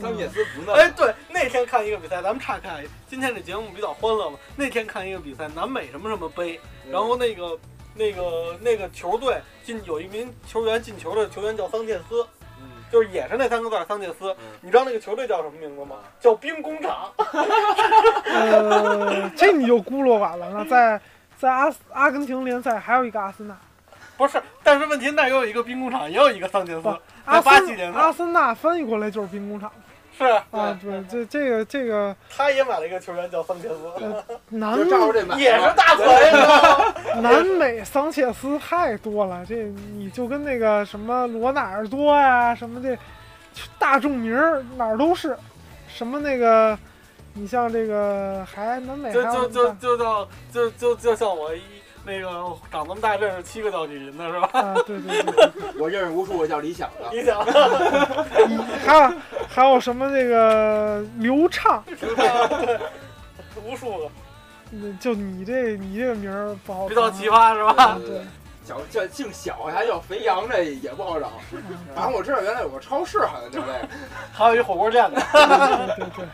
Speaker 6: 桑切斯不嫩，
Speaker 7: 哎，对，那天看一个比赛，咱们岔开，今天这节目比较欢乐嘛。那天看一个比赛，南美什么什么杯，然后那个那个那个球队进有一名球员进球的球员叫桑切斯，
Speaker 6: 嗯
Speaker 7: 就是也是那三个字儿桑切斯
Speaker 6: 嗯。
Speaker 7: 你知道那个球队叫什么名字吗？叫兵工厂。
Speaker 2: 呃，这你就孤陋寡闻了。在在阿斯阿根廷联赛还有一个阿森纳，
Speaker 7: [LAUGHS] 不是，但是问题那又有一个兵工厂，也有一个桑切斯
Speaker 2: 不，
Speaker 7: 在
Speaker 2: 阿
Speaker 7: 巴西联
Speaker 2: 森
Speaker 7: 赛
Speaker 2: 阿森纳翻译过来就是兵工厂
Speaker 7: 是，
Speaker 2: 啊。对，这这个这个
Speaker 7: 他也买了一个球员叫桑切斯，
Speaker 2: 南
Speaker 6: 就照着这啊买，
Speaker 7: 也是大腿。
Speaker 2: [LAUGHS] 南美桑切斯太多了，这你就跟那个什么罗纳尔多呀、什么这大众名儿哪儿都是，什么那个，你像这个还南美
Speaker 7: 就
Speaker 2: 还
Speaker 7: 就
Speaker 2: 有
Speaker 7: 就就叫就就就像我一那个长这么大认识七个叫女人的是吧？
Speaker 2: 啊，对对对， [LAUGHS]
Speaker 6: 我认识无数个叫理想的，
Speaker 7: 你想。
Speaker 2: 还有还有什么那个流畅，
Speaker 7: [LAUGHS] 无数个，
Speaker 2: 就你这你这个名儿不好
Speaker 7: 比
Speaker 2: 看
Speaker 7: 较奇葩是吧？
Speaker 6: [LAUGHS]
Speaker 2: 对，
Speaker 6: 小叫姓小还叫肥羊，这也不好找。
Speaker 2: 啊
Speaker 6: 反正我知道原来有个超市，好像就
Speaker 2: [LAUGHS]
Speaker 6: 这个。
Speaker 7: 还有一火锅店 [LAUGHS] 的，
Speaker 2: 对对对，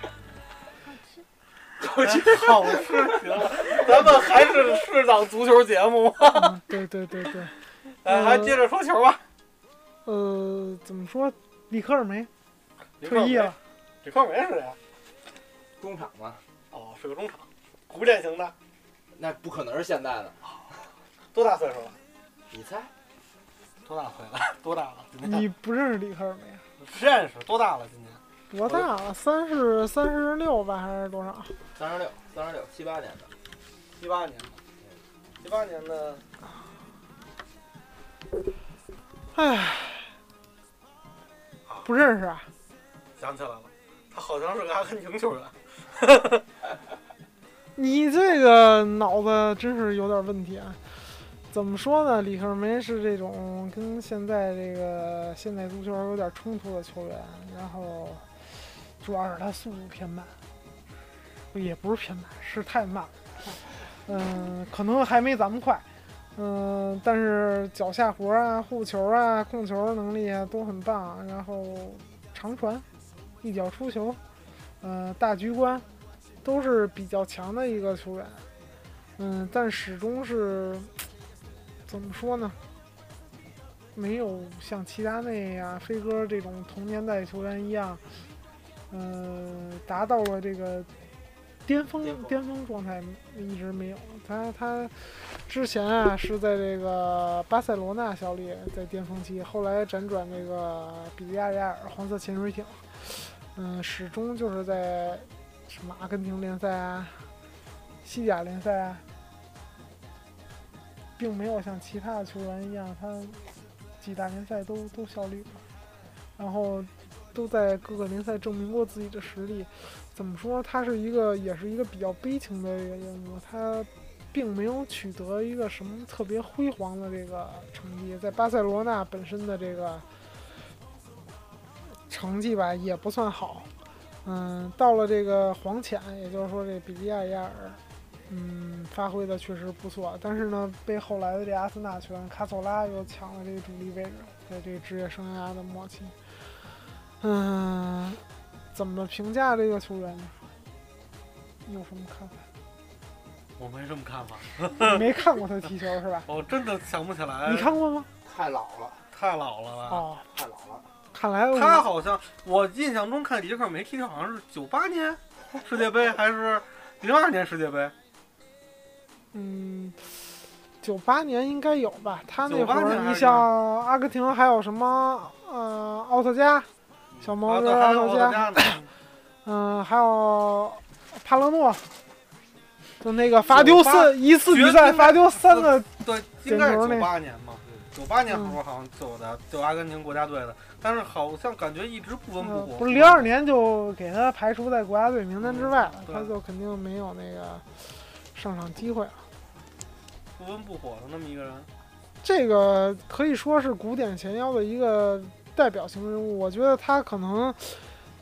Speaker 7: 我觉得 [LAUGHS] 好事情了。咱们还是适当足球节目，
Speaker 2: 嗯对对对对，
Speaker 7: 哎，还接着说球吧。
Speaker 2: 呃，怎么说？里克尔梅退役了，
Speaker 7: 李克梅是谁啊？
Speaker 6: 中场嘛，
Speaker 7: 哦，是个中场，古典型的，
Speaker 6: 那不可能是现在的。
Speaker 7: 多大岁数了？
Speaker 6: 你猜？
Speaker 7: 多大岁了？多大了？今
Speaker 2: 你不认识里克尔梅啊？
Speaker 7: [LAUGHS] 认识多大了？今年
Speaker 2: 多大了？三十三十六吧，还是多少？
Speaker 6: 三十六，三十六，七八年的。
Speaker 7: 一八年的，一八年的，
Speaker 2: 唉，不认识啊。
Speaker 7: [LAUGHS] 想起来了，他好像是个阿根廷球员。
Speaker 2: 你这个脑子真是有点问题啊！怎么说呢？里克尔梅是这种跟现在这个现代足球有点冲突的球员，然后主要是他速度偏慢，也不是偏慢，是太慢了。嗯，可能还没咱们快。嗯，但是脚下活啊、护球啊、控球能力啊都很棒，然后长传、一脚出球，呃，大局观，都是比较强的一个球员，嗯，但始终是怎么说呢？没有像齐达内呀、飞哥这种同年代球员一样，呃，达到了这个巅峰
Speaker 6: 巅峰
Speaker 2: 巅峰状态，一直没有。他他之前啊是在这个巴塞罗那效力，在巅峰期，后来辗转这个比利亚雷亚尔黄色潜水艇，嗯，始终就是在什么阿根廷联赛啊、西甲联赛啊，并没有像其他的球员一样，他几大联赛都都效力过，然后都在各个联赛证明过自己的实力。怎么说？他是一个，也是一个比较悲情的一个人物，他并没有取得一个什么特别辉煌的这个成绩，在巴塞罗那本身的这个成绩吧，也不算好。嗯，到了这个黄潜，也就是说这比利亚亚尔，嗯，发挥的确实不错，但是呢，被后来的这阿森纳球员卡索拉又抢了这个主力位置，在这个职业生涯的末期，嗯，怎么评价这个球员呢？你有什么看法？
Speaker 7: 我没什么看法，
Speaker 2: 你没看过他踢球是
Speaker 7: [LAUGHS]
Speaker 2: 吧？
Speaker 7: 我真的想不起来
Speaker 2: 你，看过吗？
Speaker 6: 太老了，
Speaker 7: 太老了吧？
Speaker 2: 哦，
Speaker 6: 太老了。
Speaker 2: 看来我
Speaker 7: 啊他好像我印象中看迪克没踢球，好像是九八年世界杯还是零二年世界杯？
Speaker 2: 嗯，九八年应该有吧？他那会
Speaker 7: 98年
Speaker 2: 儿，
Speaker 7: 还
Speaker 2: 你
Speaker 7: 是
Speaker 2: 像阿根廷还有什么呃奥特加、小毛
Speaker 7: 啊，
Speaker 2: 人
Speaker 7: 对，还有
Speaker 2: 奥
Speaker 7: 奥
Speaker 2: 特
Speaker 7: 特
Speaker 2: 加，
Speaker 7: 加呢，
Speaker 2: 嗯，还有帕勒诺，就那个罚丢
Speaker 7: 98
Speaker 2: 四一次比
Speaker 7: 绝
Speaker 2: 赛
Speaker 7: 对
Speaker 2: 罚丢三个， [LAUGHS]
Speaker 7: 对，应该
Speaker 2: 点
Speaker 7: 是
Speaker 2: 球那嗯
Speaker 7: 九八年嘛。九八年时候好像救的，救阿根廷国家队的，但是好像感觉一直不温
Speaker 2: 呃
Speaker 7: 不火。
Speaker 2: 不是零二年就给他排除在国家队名单之外了，
Speaker 7: 对
Speaker 2: 他就肯定没有那个上场机会了。
Speaker 7: 不温不火的那么一个人，
Speaker 2: 这个可以说是古典前腰的一个代表性人物。我觉得他可能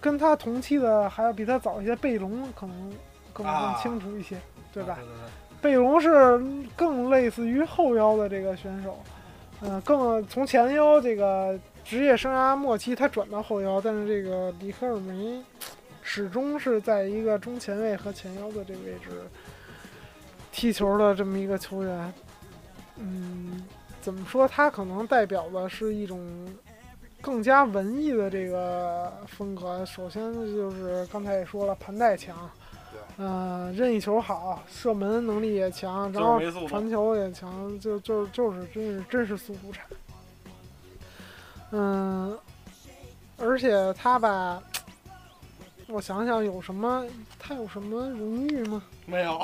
Speaker 2: 跟他同期的，还有比他早一些贝隆，可能更更
Speaker 7: 啊
Speaker 2: 清楚一些，对吧
Speaker 7: 啊？对对对，
Speaker 2: 贝隆是更类似于后腰的这个选手，嗯、更从前腰这个职业生涯末期他转到后腰，但是这个里克尔梅始终是在一个中前卫和前腰的这个位置踢球的这么一个球员。嗯，怎么说？他可能代表的是一种更加文艺的这个风格。首先就是刚才也说了，盘带强，嗯、任意球好，射门能力也强，然后
Speaker 7: 就是没速度。
Speaker 2: 传球也强，就就就是真是真是速度差。嗯，而且他吧，我想想有什么，他有什么荣誉吗？
Speaker 7: 没有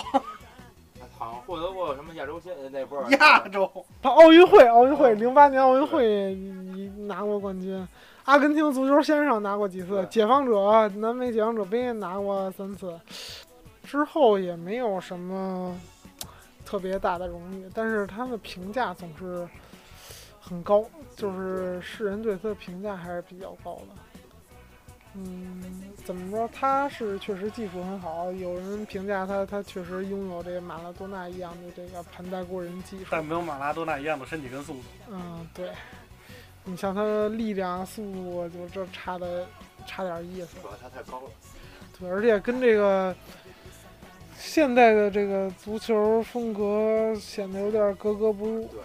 Speaker 6: 好像获得过什么亚洲新呃那不是
Speaker 7: 亚洲，
Speaker 2: 他奥运会，奥运会，
Speaker 6: 嗯
Speaker 2: 零八年奥运会一拿过冠军，阿根廷足球先生拿过几次
Speaker 6: 对，
Speaker 2: 解放者南美解放者杯拿过三次，之后也没有什么特别大的荣誉，但是他的评价总是很高，就是世人对他的评价还是比较高的。嗯，怎么说？他是确实技术很好，有人评价他，他确实拥有这马拉多纳一样的这个盘带过人技术。
Speaker 7: [LAUGHS] 但没有马拉多纳一样的身体跟速度。
Speaker 2: 嗯，对，你像他的力量、速度，就这差的差点意思。
Speaker 6: 主要他太高了，
Speaker 2: 对，而且跟这个现代的这个足球风格显得有点格格不入。
Speaker 6: 对，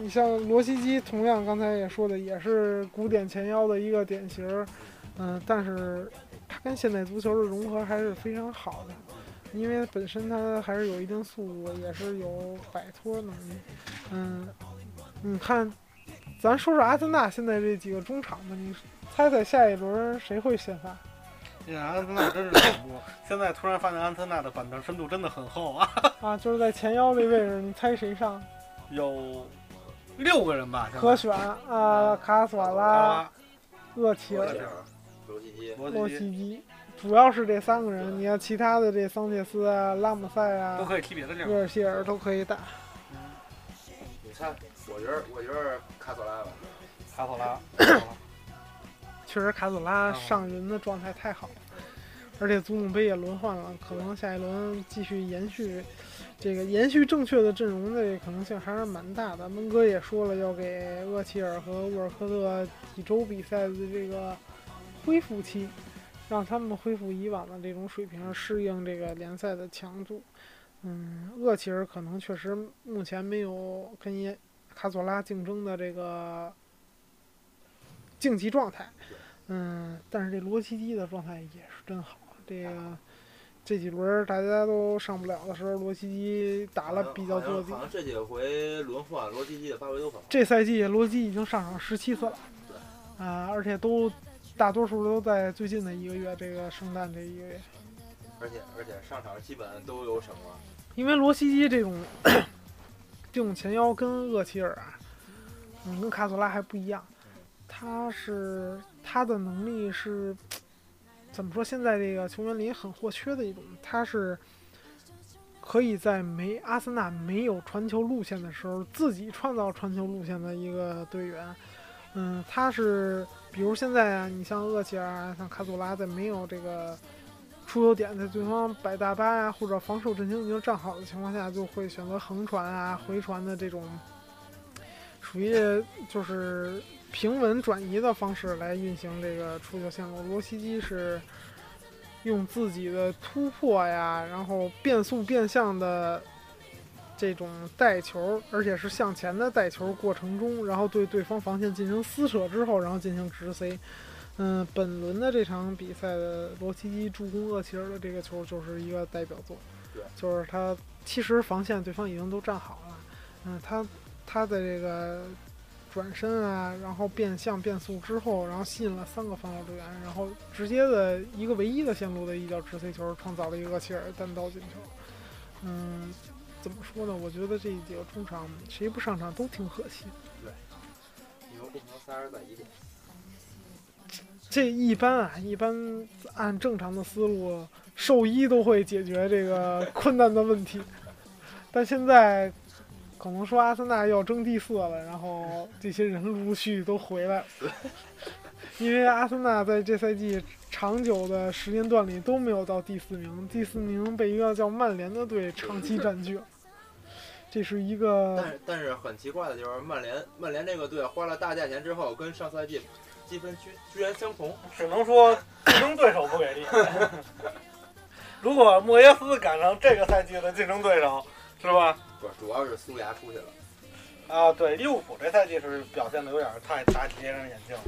Speaker 2: 你像罗西基，同样刚才也说的，也是古典前腰的一个典型儿。嗯，但是他跟现代足球的融合还是非常好的，因为本身他还是有一定速度，也是有摆脱能力。嗯，你看，咱说说阿森纳现在这几个中场吧，你猜猜下一轮谁会先发？
Speaker 7: 呀，安森纳真是恐怖！现在突然发现安森纳的板凳深度真的很厚啊，
Speaker 2: 啊，就是在前腰这位置，你猜谁上？
Speaker 7: 有六个人吧，现在
Speaker 2: 可选啊，卡索拉、
Speaker 7: 啊，
Speaker 2: 厄齐
Speaker 6: 罗
Speaker 2: 尔
Speaker 6: 西、尔、罗西基，
Speaker 7: 罗
Speaker 2: 洛
Speaker 7: 辑
Speaker 2: 西基，主要是这三个
Speaker 6: 对
Speaker 2: 人。你要其他的这桑切斯啊、拉姆塞
Speaker 7: 都
Speaker 2: 啊、
Speaker 7: 可以踢别的
Speaker 2: 威
Speaker 7: 地儿。嗯
Speaker 2: 尔希尔都可以打。
Speaker 6: 你猜？我觉得我觉得卡索拉吧，
Speaker 7: 卡索拉，
Speaker 2: 确实，卡索拉上轮的状态太好了，而且足总杯也轮换了，可能下一轮继续延续这个延续正确的阵容的可能性还是蛮大的。温哥也说了，要给厄齐尔和沃尔科特几周比赛的这个恢复期，让他们恢复以往的这种水平，适应这个联赛的强度。嗯，厄齐尔可能确实目前没有跟耶卡索拉竞争的这个竞技状态。嗯，但是这罗西基的状态也是真好。啊这
Speaker 6: 哎
Speaker 2: 个这几轮儿大家都上不了的时候，罗西基打了比较
Speaker 6: 好像
Speaker 2: 多的
Speaker 6: 好像这几回轮换罗西基的发挥都很好，
Speaker 2: 这赛季罗基已经上场十七次了，啊、而且都大多数都在最近的一个月，这个圣诞这一个月，
Speaker 6: 而且而且上场基本都有什么？
Speaker 2: 因为罗西基这种这种前腰跟厄齐尔啊，嗯，跟卡索拉还不一样，他是他的能力是怎么说？现在这个球员里很或缺的一种，他是可以在没阿森纳没有传球路线的时候，自己创造传球路线的一个队员。嗯，他是比如现在啊，你像厄齐尔啊，像卡索拉，在没有这个出球点在对方摆大巴呀、或者防守阵型已经站好的情况下，就会选择横传啊、回传的这种，属于就是平稳转移的方式来运行这个出球线路。罗西基是用自己的突破呀，然后变速变向的。这种带球，而且是向前的带球过程中，然后对对方防线进行撕扯之后，然后进行直塞，嗯，本轮的这场比赛的罗西基助攻厄齐尔的这个球就是一个代表作
Speaker 6: 对，
Speaker 2: 就是他其实防线对方已经都站好了，嗯，他他的这个转身啊，然后变向变速之后，然后吸引了三个防守队员，然后直接的一个唯一的线路的一脚直塞球，创造了一个厄齐尔单刀进球，嗯。怎么说呢？我觉得这几个中场谁不上场都挺可惜。
Speaker 6: 牛共和三十在一点，
Speaker 2: 这一般啊，一般按正常的思路，兽医都会解决这个困难的问题。但现在可能说阿森纳要争第四了，然后这些人陆续都回来了， [LAUGHS] 因为阿森纳在这赛季长久的时间段里都没有到第四名，第四名被一个叫曼联的队长期占据了，这是一个
Speaker 6: 但是但是很奇怪的就是曼联曼联这个队花了大价钱之后，跟上赛季积分居居然相同，
Speaker 7: 只能说竞争对手不给力。 [LAUGHS] 如果莫耶斯赶上这个赛季的竞争对手，是吧？
Speaker 6: 不主要是苏牙出去了，
Speaker 7: 啊，对，利物浦这赛季是表现的有点太大跌人眼镜了。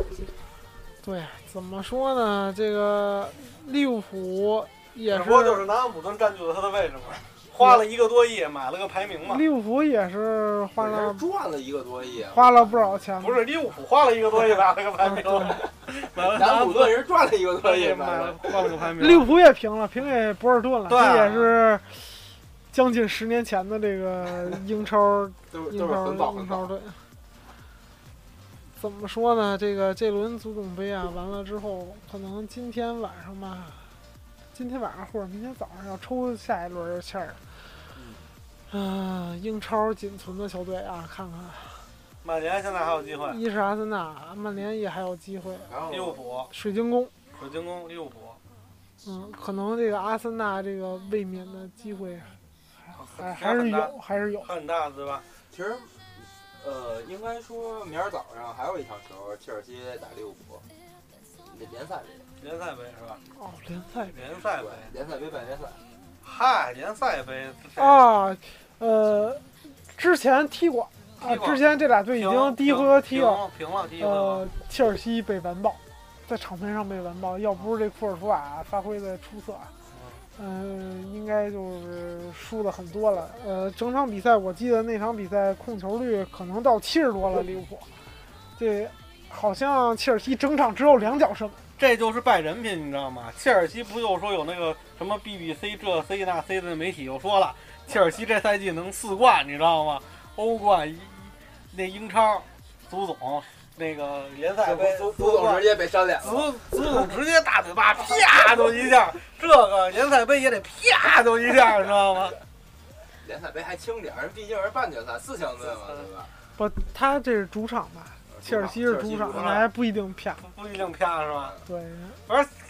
Speaker 2: 对，怎么说呢？这个利物浦也是，
Speaker 7: 只不过就是南安普顿占据了他的位置嘛，花了一个多亿买了个排名嘛。
Speaker 2: 利物浦也是花了
Speaker 6: 人家赚了一个多亿，啊
Speaker 2: [LAUGHS] 花了不少钱，啊
Speaker 7: 不是利物浦花了一个多亿买了个排名，买 [LAUGHS] 了
Speaker 6: 南普
Speaker 7: 顿
Speaker 6: 顿人赚了一个
Speaker 2: 哎
Speaker 6: 多亿，
Speaker 7: 买
Speaker 6: 买
Speaker 7: 了
Speaker 6: 了。
Speaker 7: 换了个排名。
Speaker 2: 利物浦也平了，平给博尔顿了，
Speaker 7: 对啊
Speaker 2: 这也是将近十年前的这个英超
Speaker 6: 都是
Speaker 2: 英
Speaker 6: 都是
Speaker 2: 超
Speaker 6: 很早
Speaker 2: 英
Speaker 6: 很
Speaker 2: 超
Speaker 6: 早，
Speaker 2: 队。怎么说呢？这个这轮足总杯啊，完了之后，可能今天晚上吧，今天晚上或者明天早上要抽下一轮签儿。嗯、英超仅存的球队啊，看看，
Speaker 7: 曼联现在还有机会，
Speaker 2: 一是阿森纳，曼联也还有机会，
Speaker 6: 然后
Speaker 7: 利物浦、
Speaker 2: 水晶宫，
Speaker 7: 水晶宫、利物浦，
Speaker 2: 嗯，可能这个阿森纳这个卫冕的机会还
Speaker 7: 还
Speaker 2: 哎还是
Speaker 7: 很大
Speaker 2: 有，还是有。
Speaker 7: 很大对吧？
Speaker 6: 其实，呃，应该说明儿早上还有一场球，切尔西打利物浦，联联赛杯，
Speaker 7: 联赛杯是吧？
Speaker 2: 哦，联赛
Speaker 7: 联赛杯
Speaker 6: 对，，联赛杯半决赛，
Speaker 7: 嗨，联赛杯这
Speaker 2: 啊，呃，之前踢过啊，
Speaker 7: 踢过
Speaker 2: 之前这俩队已经第一回合踢
Speaker 7: 平
Speaker 2: 了，
Speaker 7: 了，平了，第一回合。
Speaker 2: 呃，切尔西被完爆，在场面上被完爆，要不是这库尔图瓦发挥的出色啊，嗯、应该就是输的很多了。呃，整场比赛我记得那场比赛控球率可能到七十多了，利物浦，这好像切尔西整场只有两脚射门。
Speaker 7: 这就是败人品，你知道吗？切尔西不又说有那个什么 BBC 这 C 那 C 的媒体又说了，切尔西这赛季能四冠，你知道吗？欧冠、一那英超、足总、那个联赛杯、
Speaker 6: 足足总直接被扇脸了，
Speaker 7: 足足总直接大嘴巴，啪就一下；这个联赛杯也得啪就一下，你知道吗？
Speaker 6: 联赛杯还轻点儿，人毕竟是半决赛，四强队嘛，对吧？呃
Speaker 2: 不，他这是主场吧？切尔西是
Speaker 6: 主
Speaker 2: 主场，啊
Speaker 7: 场
Speaker 2: 还不一定骗。
Speaker 7: 不不一定啪是吧？
Speaker 2: 对，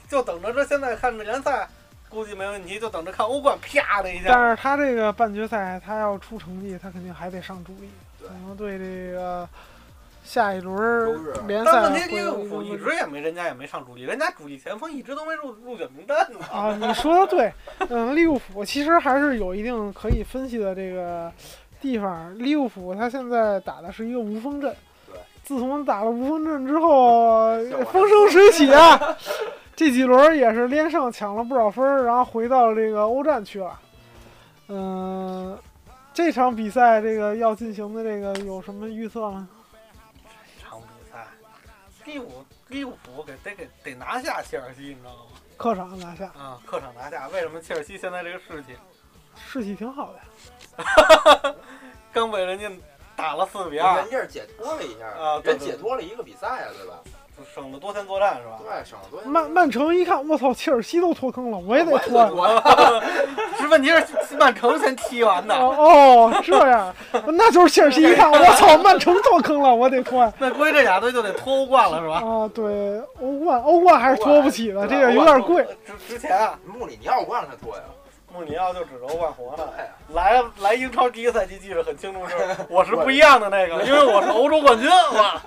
Speaker 7: 就等着这现在看着联赛，估计没问题，就等着看欧冠啪的一下。
Speaker 2: 但是他这个半决赛，他要出成绩，他肯定还得上主力，
Speaker 6: 对
Speaker 2: 可能对这个下一
Speaker 6: 都是
Speaker 2: 轮联赛
Speaker 7: 但问
Speaker 2: 会
Speaker 7: 题利
Speaker 2: 有
Speaker 7: 物
Speaker 2: 一
Speaker 7: 浦一
Speaker 2: 定
Speaker 7: 直也没，人家也没上主力，人家主力前锋一直都没入入选名单呢。
Speaker 2: 啊，你说的对，嗯，利物浦其实还是有一定可以分析的这个地方。利物浦他现在打的是一个无锋阵
Speaker 6: 对，
Speaker 2: 自从打了无锋阵之后，
Speaker 6: 效果还
Speaker 2: 风生水起啊！ [LAUGHS] 这几轮也是连胜抢了不少分儿，然后回到这个欧战去了。嗯、这场比赛这个要进行的这个有什么预测吗？
Speaker 7: 场比赛，利物利物浦给得给得拿下切尔西，你知道吗？
Speaker 2: 客场拿下，
Speaker 7: 啊，客场拿下，为什么切尔西现在这个士气？
Speaker 2: 士气挺好的呀。
Speaker 7: 刚被人家打了四比二
Speaker 6: 人，家是解脱了一下，
Speaker 7: 啊对
Speaker 6: 人
Speaker 7: 对
Speaker 6: 解脱了一个比赛啊，对吧？
Speaker 7: 省了多天作战是吧？
Speaker 6: 对，省了多
Speaker 2: 曼曼城一看，我操，切尔西都脱坑了，我也得脱。
Speaker 6: 我我
Speaker 7: [LAUGHS] 是问题是曼城先踢完的，
Speaker 2: 哦哦，这样，那就是切尔西一
Speaker 7: [LAUGHS]
Speaker 2: 看，我操，曼城脱坑了，我得脱呀。
Speaker 7: 那估计这俩队就得脱欧冠了是吧？
Speaker 2: 啊，对，欧冠欧冠还是拖不起
Speaker 7: 啊
Speaker 2: 的，这个有点贵。
Speaker 7: 之之前啊，
Speaker 6: 穆里尼奥不让他脱呀，
Speaker 7: 穆里尼奥就指着欧冠活呢。
Speaker 6: 对呀，
Speaker 7: 来来英超第一赛季记得很清楚，就是我是不一样的那个，因为我是欧洲冠军，我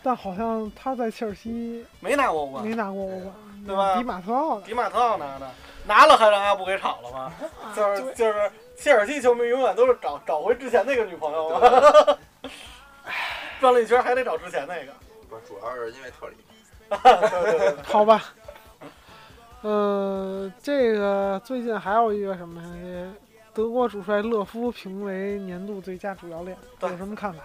Speaker 2: 但好像他在切尔西
Speaker 7: 没拿过欧
Speaker 2: 没
Speaker 7: 冠。
Speaker 2: 拿过欧冠，
Speaker 7: 对吧
Speaker 2: 比马特奥呢？
Speaker 7: 迪马特奥拿的，拿了还让阿布给炒了吗？就是就是切尔西球迷永远都是找找回之前那个女朋友啊嘛， [LAUGHS] 转了一圈还得找之前那个。
Speaker 6: 不是主要是因为特里，
Speaker 2: [LAUGHS] 好吧。嗯，这个最近还有一个什么呀？德国主帅勒夫评为年度最佳主教练，
Speaker 7: 对
Speaker 2: 有什么看法？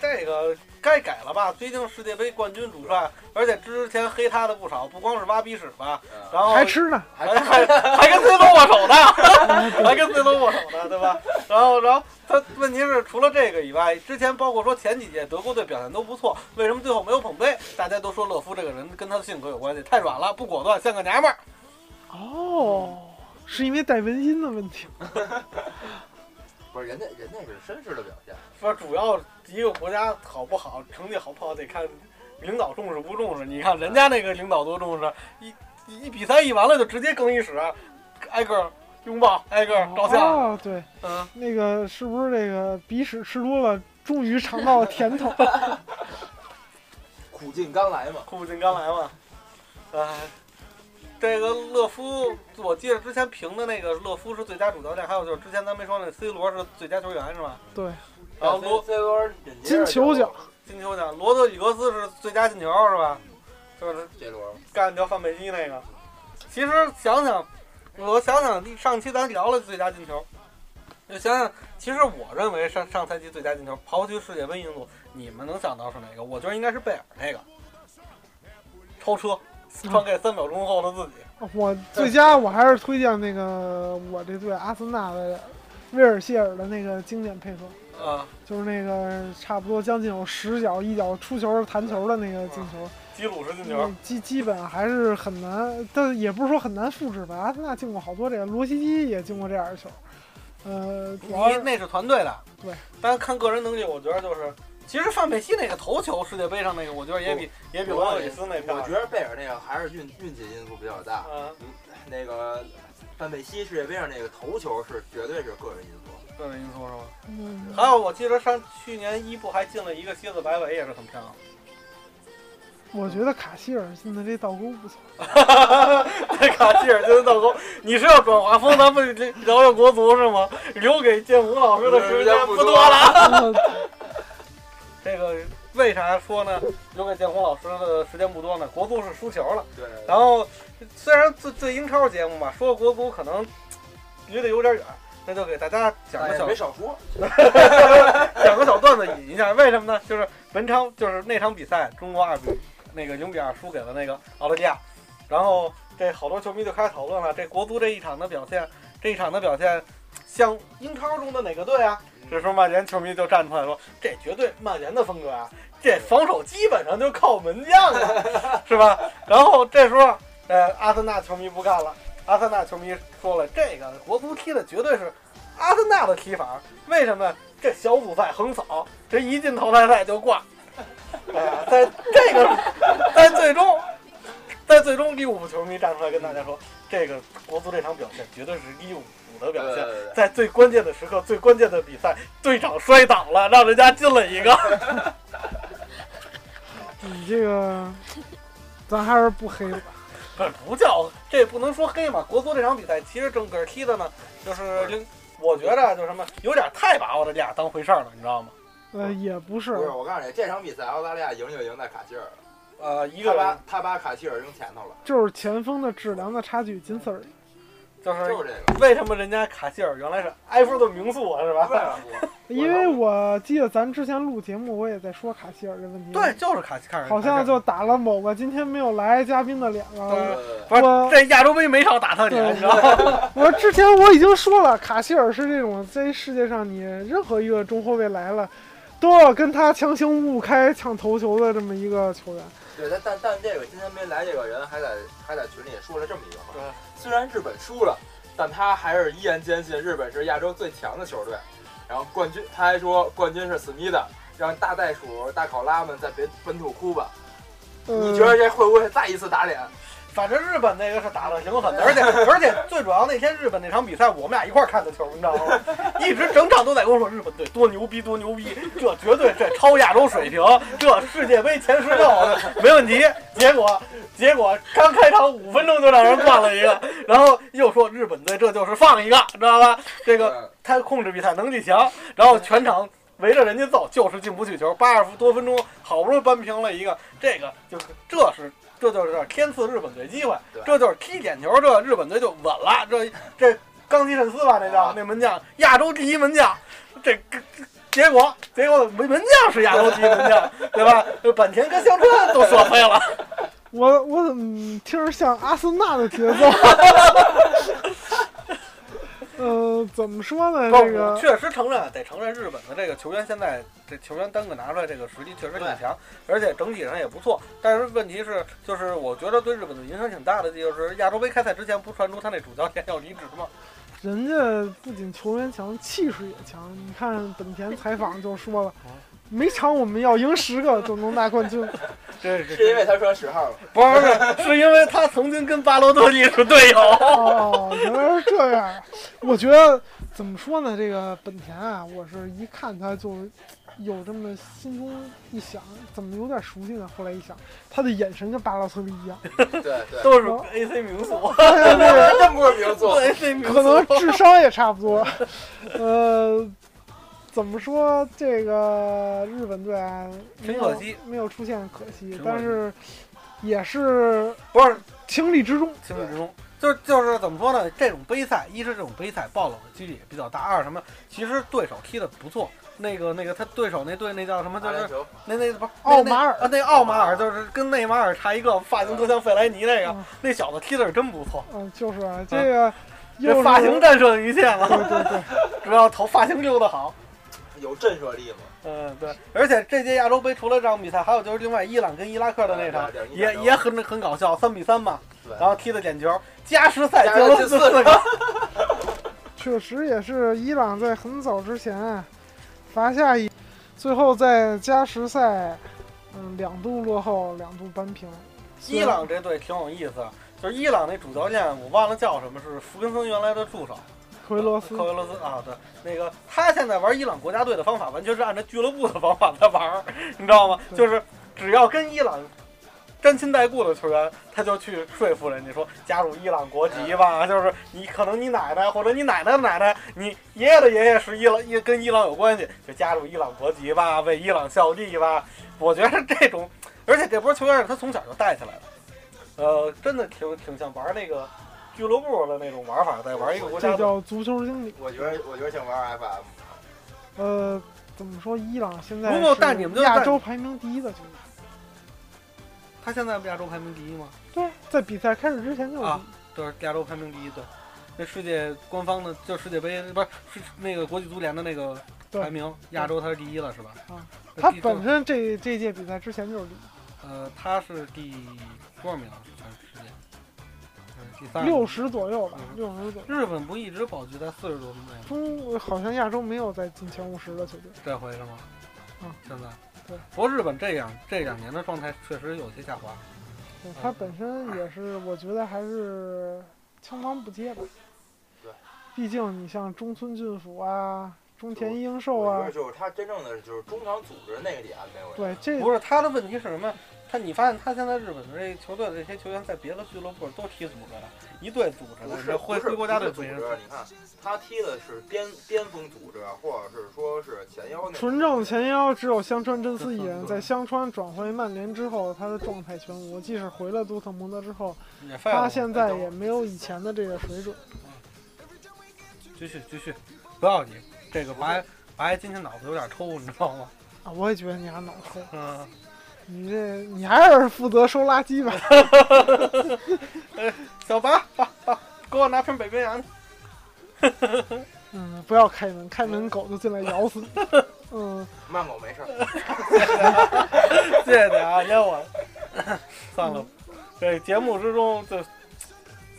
Speaker 7: 这个该改了吧？毕竟世界杯冠军主帅，而且之前黑他的不少，不光是挖鼻屎吧，
Speaker 6: 嗯，
Speaker 7: 然后
Speaker 2: 还吃呢？
Speaker 7: 还还 [LAUGHS] 还跟 C 罗握手呢，还跟 C 罗握手呢，对吧？然后然后他问题是除了这个以外，之前包括说前几届德国队表现都不错，为什么最后没有捧杯？大家都说勒夫这个人跟他的性格有关系，太软了，不果断，像个娘们儿。
Speaker 2: 哦，是因为戴文心的问题吗。
Speaker 6: 不是人家人家是绅士的表现，
Speaker 7: 说主要一个国家好不好，成绩好不好得看领导重视不重视。你看人家那个领导多重视，一一比赛一完了就直接更衣室，挨个儿拥抱，挨个儿照相。
Speaker 2: 哦，对，
Speaker 7: 嗯，
Speaker 2: 那个是不是这个鼻屎吃多了，终于尝到了甜头？
Speaker 6: 苦尽甘来嘛，
Speaker 7: 库布金刚来嘛，哎。这个勒夫，我记得之前评的那个勒夫是最佳主教练，还有就是之前咱没说那 C 罗是最佳球员是吧？
Speaker 2: 对，
Speaker 7: 然后罗
Speaker 6: C 罗忍劲
Speaker 2: 金
Speaker 6: 儿
Speaker 2: 球奖，
Speaker 7: 金球奖，罗德里格斯是最佳进球是吧？就是
Speaker 6: 这轮
Speaker 7: 干掉范佩西那个。其实想想，我想想上期咱聊了最佳进球，就想想，其实我认为上上赛季最佳进球，刨去世界杯因素，你们能想到是哪个？我觉得应该是贝尔那个超车，传给三秒钟后的自己。
Speaker 2: 我最佳我还是推荐那个我这队阿森纳的威尔希尔的那个经典配合，
Speaker 7: 啊，
Speaker 2: 就是那个差不多将近有十脚一脚出球弹球的那个进球，
Speaker 7: 基鲁嗯是进
Speaker 2: 那
Speaker 7: 球，
Speaker 2: 基基本还是很难，但也不是说很难复制吧。阿森纳进过好多这个，罗西基也进过这样的球。呃，主要
Speaker 7: 你
Speaker 2: 是
Speaker 7: 那是团队的。
Speaker 2: 对，
Speaker 7: 但是看个人能力，我觉得就是，其实范佩西那个头球，世界杯上那个，我觉得也比也比罗德里斯那漂
Speaker 6: 我
Speaker 7: 亮
Speaker 6: 觉。得贝尔那个还是运运气因素比较大，
Speaker 7: 嗯，
Speaker 6: 那个范佩西世界杯上那个头球是绝对是个人因素，
Speaker 7: 个人因素是吧？
Speaker 2: 嗯
Speaker 7: 还有，我记得上去年伊布还进了一个蝎子摆尾，也是很漂亮。
Speaker 2: 我觉得卡希尔进的这倒钩不错。
Speaker 7: 那卡希尔金倒钩，你是要转华锋，咱们聊聊国足是吗？留给建武老师的时间不多了。啊这个为啥说呢？留给建宏老师的时间不多呢？国足是输球了。
Speaker 6: 对，
Speaker 7: 然后虽然最最英超节目嘛，说国足可能离得有点远，那就给大家讲个
Speaker 6: 哎
Speaker 7: 小
Speaker 6: 没少说，
Speaker 7: 讲个小段子引一下，为什么呢？就是文昌，就是那场比赛，中国二比那个零比二输给了那个澳大利亚，然后这好多球迷就开始讨论了，这国足这一场的表现，这一场的表现像英超中的哪个队啊？这
Speaker 6: 嗯
Speaker 7: 时候曼联球迷就站出来说，这绝对曼联的风格啊，这防守基本上就靠门将啊，是吧？然后这时候，呃，阿森纳球迷不干了，阿森纳球迷说了，这个国足踢的绝对是阿森纳的踢法，为什么？这小组赛横扫，这一进淘汰赛就挂。哎呀，在这个，在最终，在最终利物浦球迷站出来跟大家说，这个国足这场表现绝对是利物浦的表现，
Speaker 6: 对
Speaker 7: 在最关键的时刻、最关键的比赛，队长摔倒了，让人家进了一个。
Speaker 2: 你这个，咱还是不黑了吧。
Speaker 7: 不是不叫，这也不能说黑嘛。国足这场比赛其实正个踢的呢，就是零，我觉着就是什么，有点太把澳大利亚当回事儿了，你知道吗？
Speaker 2: 呃，也不是
Speaker 6: 不，是我告诉你，这场比赛澳大利亚赢就赢在卡希尔，
Speaker 7: 呃，一个
Speaker 6: 他
Speaker 7: 人
Speaker 6: 把他把卡希尔扔前头了，
Speaker 2: 就是前锋的质量的差距，仅此而已。
Speaker 7: 就是
Speaker 6: 就是这个，
Speaker 7: 为什么人家卡希尔原来是埃弗顿名宿啊，是吧？
Speaker 6: 为啥不？
Speaker 2: 因为我记得咱之前录节目，我也在说卡希尔这问题。
Speaker 7: 对，，就是卡希尔。
Speaker 2: 好像就打了某个今天没有来嘉宾的脸了。
Speaker 6: 呃，
Speaker 7: 不是
Speaker 2: 我
Speaker 7: 在亚洲杯没少打他脸，你知道吗？
Speaker 2: 我之前我已经说了，卡希尔是这种在世界上你任何一个中后卫来了，都要跟他强行五五开抢头球的这么一个球员。
Speaker 6: 对，但但但这个今天没来这个人还在还在群里说了这么一个话
Speaker 7: 对，
Speaker 6: 虽然日本输了，但他还是依然坚信日本是亚洲最强的球队。然后冠军，他还说冠军是思密达，让大袋鼠、大考拉们在本本土哭吧。
Speaker 2: 呃、
Speaker 6: 你觉得这会不会再一次打脸？
Speaker 7: 反正日本那个是打得挺狠的，而且而且最主要那天日本那场比赛，我们俩一块儿看的球，你知道吗？一直整场都在跟我说日本队多牛逼多牛逼，这绝对这超亚洲水平，这世界杯前十六没问题。结果结果刚开场五分钟就让人灌了一个，然后又说日本队这就是放一个，知道吧？这个
Speaker 6: 嗯
Speaker 7: 他控制比赛能力强，然后全场围着人家揍，就是进不去球。八十多分钟，好不容易扳平了一个，这个就是这是这就是天赐日本队机会
Speaker 6: 对，
Speaker 7: 这就是踢点球，这日本队就稳了。这这冈崎慎司吧，那叫
Speaker 6: 啊
Speaker 7: 那门将，亚洲第一门将，这。这结果，结果门门将是亚洲第一门
Speaker 6: [LAUGHS]
Speaker 7: 将，对吧？这坂田跟香川都说飞了，
Speaker 2: 我我怎么听着像阿森纳的节奏？ [LAUGHS] 呃，怎么说呢？
Speaker 7: 不
Speaker 2: 这
Speaker 7: 是，我
Speaker 2: 个
Speaker 7: 确实承认，得承认日本的这个球员现在这球员单个拿出来这个实力确实挺强，而且整体上也不错。但是问题是，就是我觉得对日本的影响挺大的，就是亚洲杯开赛之前不传出他那主教练要离职吗？
Speaker 2: 人家不仅球员强，气势也强。你看本田采访就说了，每场我们要赢十个就能拿
Speaker 7: [LAUGHS]
Speaker 2: 冠军。
Speaker 7: 这是
Speaker 6: 是因为他说十号吗？
Speaker 7: 不是 [LAUGHS] 是因为他曾经跟巴洛特利是队友，
Speaker 2: 哦，原来是这样。我觉得怎么说呢？这个本田啊，我是一看他就有这么心中一想，怎么有点熟悉呢？后来一想，他的眼神跟巴洛特利一样。[LAUGHS]
Speaker 6: [LAUGHS] 对对，
Speaker 7: [LAUGHS] 都是 AC 名宿，
Speaker 2: 哎呀
Speaker 6: 真不是名宿。
Speaker 7: ，AC 名
Speaker 2: [LAUGHS] 可
Speaker 7: 宿。
Speaker 2: 能智商也差不多。 [LAUGHS] 呃，怎么说这个日本队啊，没
Speaker 7: 挺
Speaker 2: 有
Speaker 7: 可惜
Speaker 2: 没有出现可惜
Speaker 7: 挺可惜，
Speaker 2: 但是也是
Speaker 7: 不是
Speaker 2: 情理之中。
Speaker 7: 情理之中。就是就是怎么说呢？这种杯赛，一是这种杯赛爆冷的几率也比较大，二什么，其实对手踢的不错。那个那个，他对手那队那叫什么？就
Speaker 6: 打
Speaker 7: 是
Speaker 6: 篮球，
Speaker 7: 那那不是
Speaker 2: 奥马尔
Speaker 7: 那那啊，那奥马尔就是跟内马尔差一个，发型都像费莱尼那个
Speaker 2: 嗯，
Speaker 7: 那小子踢的是真不错，
Speaker 2: 嗯、就是啊，这个又
Speaker 7: 这
Speaker 2: 是
Speaker 7: 发型战胜一切了，
Speaker 2: 对对对，
Speaker 7: 主要头发型溜得好。
Speaker 6: 有震慑力吗？
Speaker 7: 嗯，对，而且这届亚洲杯除了这场比赛，还有就是另外伊朗跟伊拉克的那场
Speaker 6: 啊对，伊
Speaker 7: 也
Speaker 6: 朗跟伊
Speaker 7: 也
Speaker 6: 拉
Speaker 7: 很很搞笑，三比三嘛，
Speaker 6: 对
Speaker 7: 然后踢的点球，加时赛
Speaker 6: 加
Speaker 7: 进
Speaker 6: 了
Speaker 7: 了
Speaker 6: 进
Speaker 7: 四
Speaker 6: 四个
Speaker 7: 个，
Speaker 2: 确实也是伊朗在很早之前啊罚下一，最后在加时赛，嗯，两度落后，两度扳平。虽
Speaker 7: 伊
Speaker 2: 然
Speaker 7: 朗这队挺有意思，就是伊朗那主教练我忘了叫什么，是福根森原来的助手。
Speaker 2: 科维罗斯
Speaker 7: 科维罗斯啊，对，那个他现在玩伊朗国家队的方法，完全是按照俱乐部的方法在玩儿， [LAUGHS] 你知道吗？
Speaker 2: 对
Speaker 7: 就是只要跟伊朗沾亲带故的球员，他就去说服人家说加入伊朗国籍
Speaker 2: 哎
Speaker 7: 吧，就是你可能你奶奶或者你奶奶的奶奶，你爷爷的爷爷是伊朗，也跟伊朗有关系，就加入伊朗国籍吧，为伊朗效力吧。我觉得这种，而且这波球员是他从小就带起来的，呃，真的挺挺像玩那个。俱乐部的那种玩法，在玩一个国家
Speaker 2: 这
Speaker 7: 队。
Speaker 2: 叫足球经理。
Speaker 6: 我觉得我觉得挺玩 FM。
Speaker 2: 呃，怎么说？伊朗现在
Speaker 7: 不过
Speaker 2: 是
Speaker 7: 但你们就
Speaker 2: 亚
Speaker 7: 在
Speaker 2: 洲排名第一的球队，
Speaker 7: 他现在不亚洲排名第一吗？
Speaker 2: 对，在比赛开始之前就有
Speaker 7: 啊对，亚洲排名第一，对。那世界官方的就世界杯不是是那个国际足联的那个
Speaker 2: 对
Speaker 7: 排名，亚洲他是第一了是吧？
Speaker 2: 啊
Speaker 7: 那
Speaker 2: 他
Speaker 7: 第多
Speaker 2: 本身这这届比赛之前就是
Speaker 7: 呃他是第多少名啊？全世界？嗯第三。
Speaker 2: 六。十左右吧，
Speaker 7: 嗯
Speaker 2: 六十左右。
Speaker 7: 日本不一直保级在四十多名吗？
Speaker 2: 中好像亚洲没有在进前五十的球队，
Speaker 7: 这回是吗？
Speaker 2: 嗯，
Speaker 7: 现在。
Speaker 2: 对。
Speaker 7: 不过日本这样这两年的状态确实有些下滑。
Speaker 2: 对
Speaker 7: 嗯
Speaker 2: 他本身也是，我觉得还是青黄不接吧。
Speaker 6: 对，
Speaker 2: 毕竟你像中村俊辅啊、中田英寿
Speaker 6: 我觉
Speaker 2: 啊
Speaker 6: 得，就是他真正的就是中场组织那个点没有。
Speaker 2: 对，这
Speaker 7: 不是他的问题是什么？他你发现他现在日本的这球队的这些球员在别的俱乐部都踢组织了，一队组织
Speaker 6: 不
Speaker 7: 的，
Speaker 6: 是
Speaker 7: 回
Speaker 6: 不
Speaker 7: 回
Speaker 6: 是
Speaker 7: 国家队
Speaker 6: 不
Speaker 7: 组
Speaker 6: 是
Speaker 7: 织
Speaker 6: 组织，你看他踢的是巅巅峰组织，或者是说是前腰那种
Speaker 2: 纯正前腰只有香川真司一人，在香川转会曼联之后，他的状态全无。即使回了多特蒙德之后，
Speaker 7: 也废了
Speaker 2: 他现在也没有以前的这个水准。
Speaker 7: 继续继续，不要紧，这个白白今天脑子有点抽，你知道吗？
Speaker 2: 啊，我也觉得你还脑抽，
Speaker 7: 嗯，
Speaker 2: 你这你还是负责收垃
Speaker 7: [LAUGHS]
Speaker 2: 圾吧。
Speaker 7: 小白，爸爸，给我拿瓶北冰洋去。
Speaker 2: 嗯，不要开门，开门狗就进来咬
Speaker 7: [LAUGHS]
Speaker 2: 死你。嗯，
Speaker 6: 慢狗没事儿，
Speaker 7: 谢谢你啊，烟我。算了，这节目之中就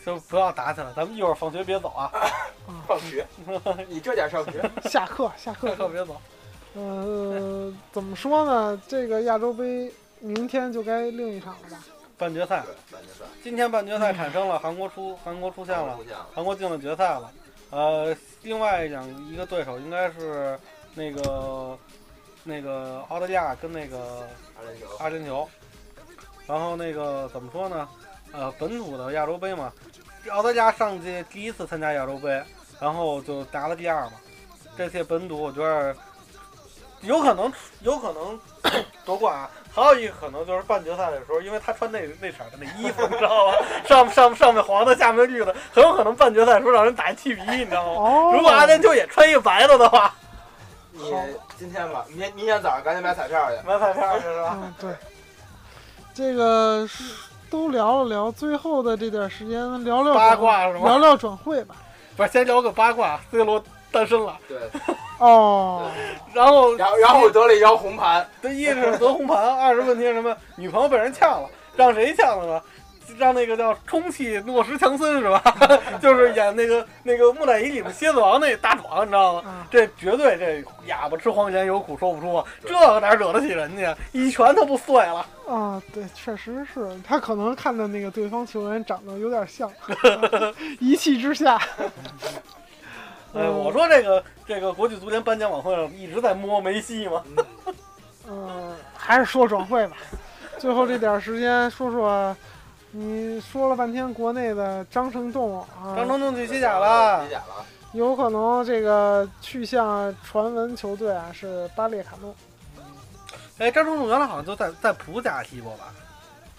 Speaker 7: 就不要打起来，咱们一会儿放学别走啊，
Speaker 6: 放
Speaker 7: [LAUGHS]
Speaker 6: 学，你这点上学，
Speaker 2: 下课下课
Speaker 7: 下。课别走。
Speaker 2: 呃，怎么说呢？这个亚洲杯明天就该另一场了吧？
Speaker 7: 半决赛，
Speaker 6: 半决赛
Speaker 7: 今天半决赛产生了，韩国出韩国出现了
Speaker 6: 出，现了，
Speaker 7: 韩国进了决赛了。呃，另外两一个对手应该是那个那个澳大利亚跟那个
Speaker 6: 阿联酋
Speaker 7: 阿联酋。然后那个怎么说呢？呃，本土的亚洲杯嘛，澳大利亚上届第一次参加亚洲杯，然后就拿了第二嘛。这届本土我觉得有可能，有可能夺冠啊。还有一个可能就是半决赛的时候，因为他穿那那色儿的那衣服，你知道吗？上上上面黄的，下面绿的，很有可能半决赛的时候让人打一七比一，你知道吗？
Speaker 2: 哦，
Speaker 7: 如果阿联酋也穿一个白的的话，
Speaker 6: 你今天吧，明明天早上赶紧买彩票去。
Speaker 7: 买彩票去是吧？
Speaker 2: 嗯，对，这个是都聊了聊，最后的这点时间聊聊
Speaker 7: 八
Speaker 2: 转
Speaker 7: 卦是吗
Speaker 2: 聊？聊转会吧。
Speaker 7: 不是，先聊个八卦，C 罗单身了，
Speaker 6: 对，
Speaker 2: 哦，
Speaker 7: 然后
Speaker 6: 然后然后我得了一张红盘，
Speaker 7: 这一是得红盘， [LAUGHS] 二是问题是什么？女朋友被人呛了，让谁呛的呢？让那个叫充气诺什强森是吧？ [LAUGHS] 就是演那个那个木乃伊里面蝎子王那大壮，你知道吗？
Speaker 2: 啊，
Speaker 7: 这绝对这哑巴吃黄连有苦说不出啊！这个哪惹得起人家？一拳他不碎了。
Speaker 2: 啊，对，确实是他可能看到那个对方球员长得有点像， [LAUGHS] 一气之下，
Speaker 7: 哎，我说这个这个国际足联颁奖晚会上一直在摸梅西嘛，
Speaker 2: 嗯，还是说转会吧。最后这点时间说说，你说了半天国内的张成栋啊，
Speaker 7: 张成栋去西甲了
Speaker 6: 西。甲了，
Speaker 2: 有可能这个去向传闻球队啊是巴列卡诺。
Speaker 7: 哎，张成栋原来好像就在在葡甲踢过吧？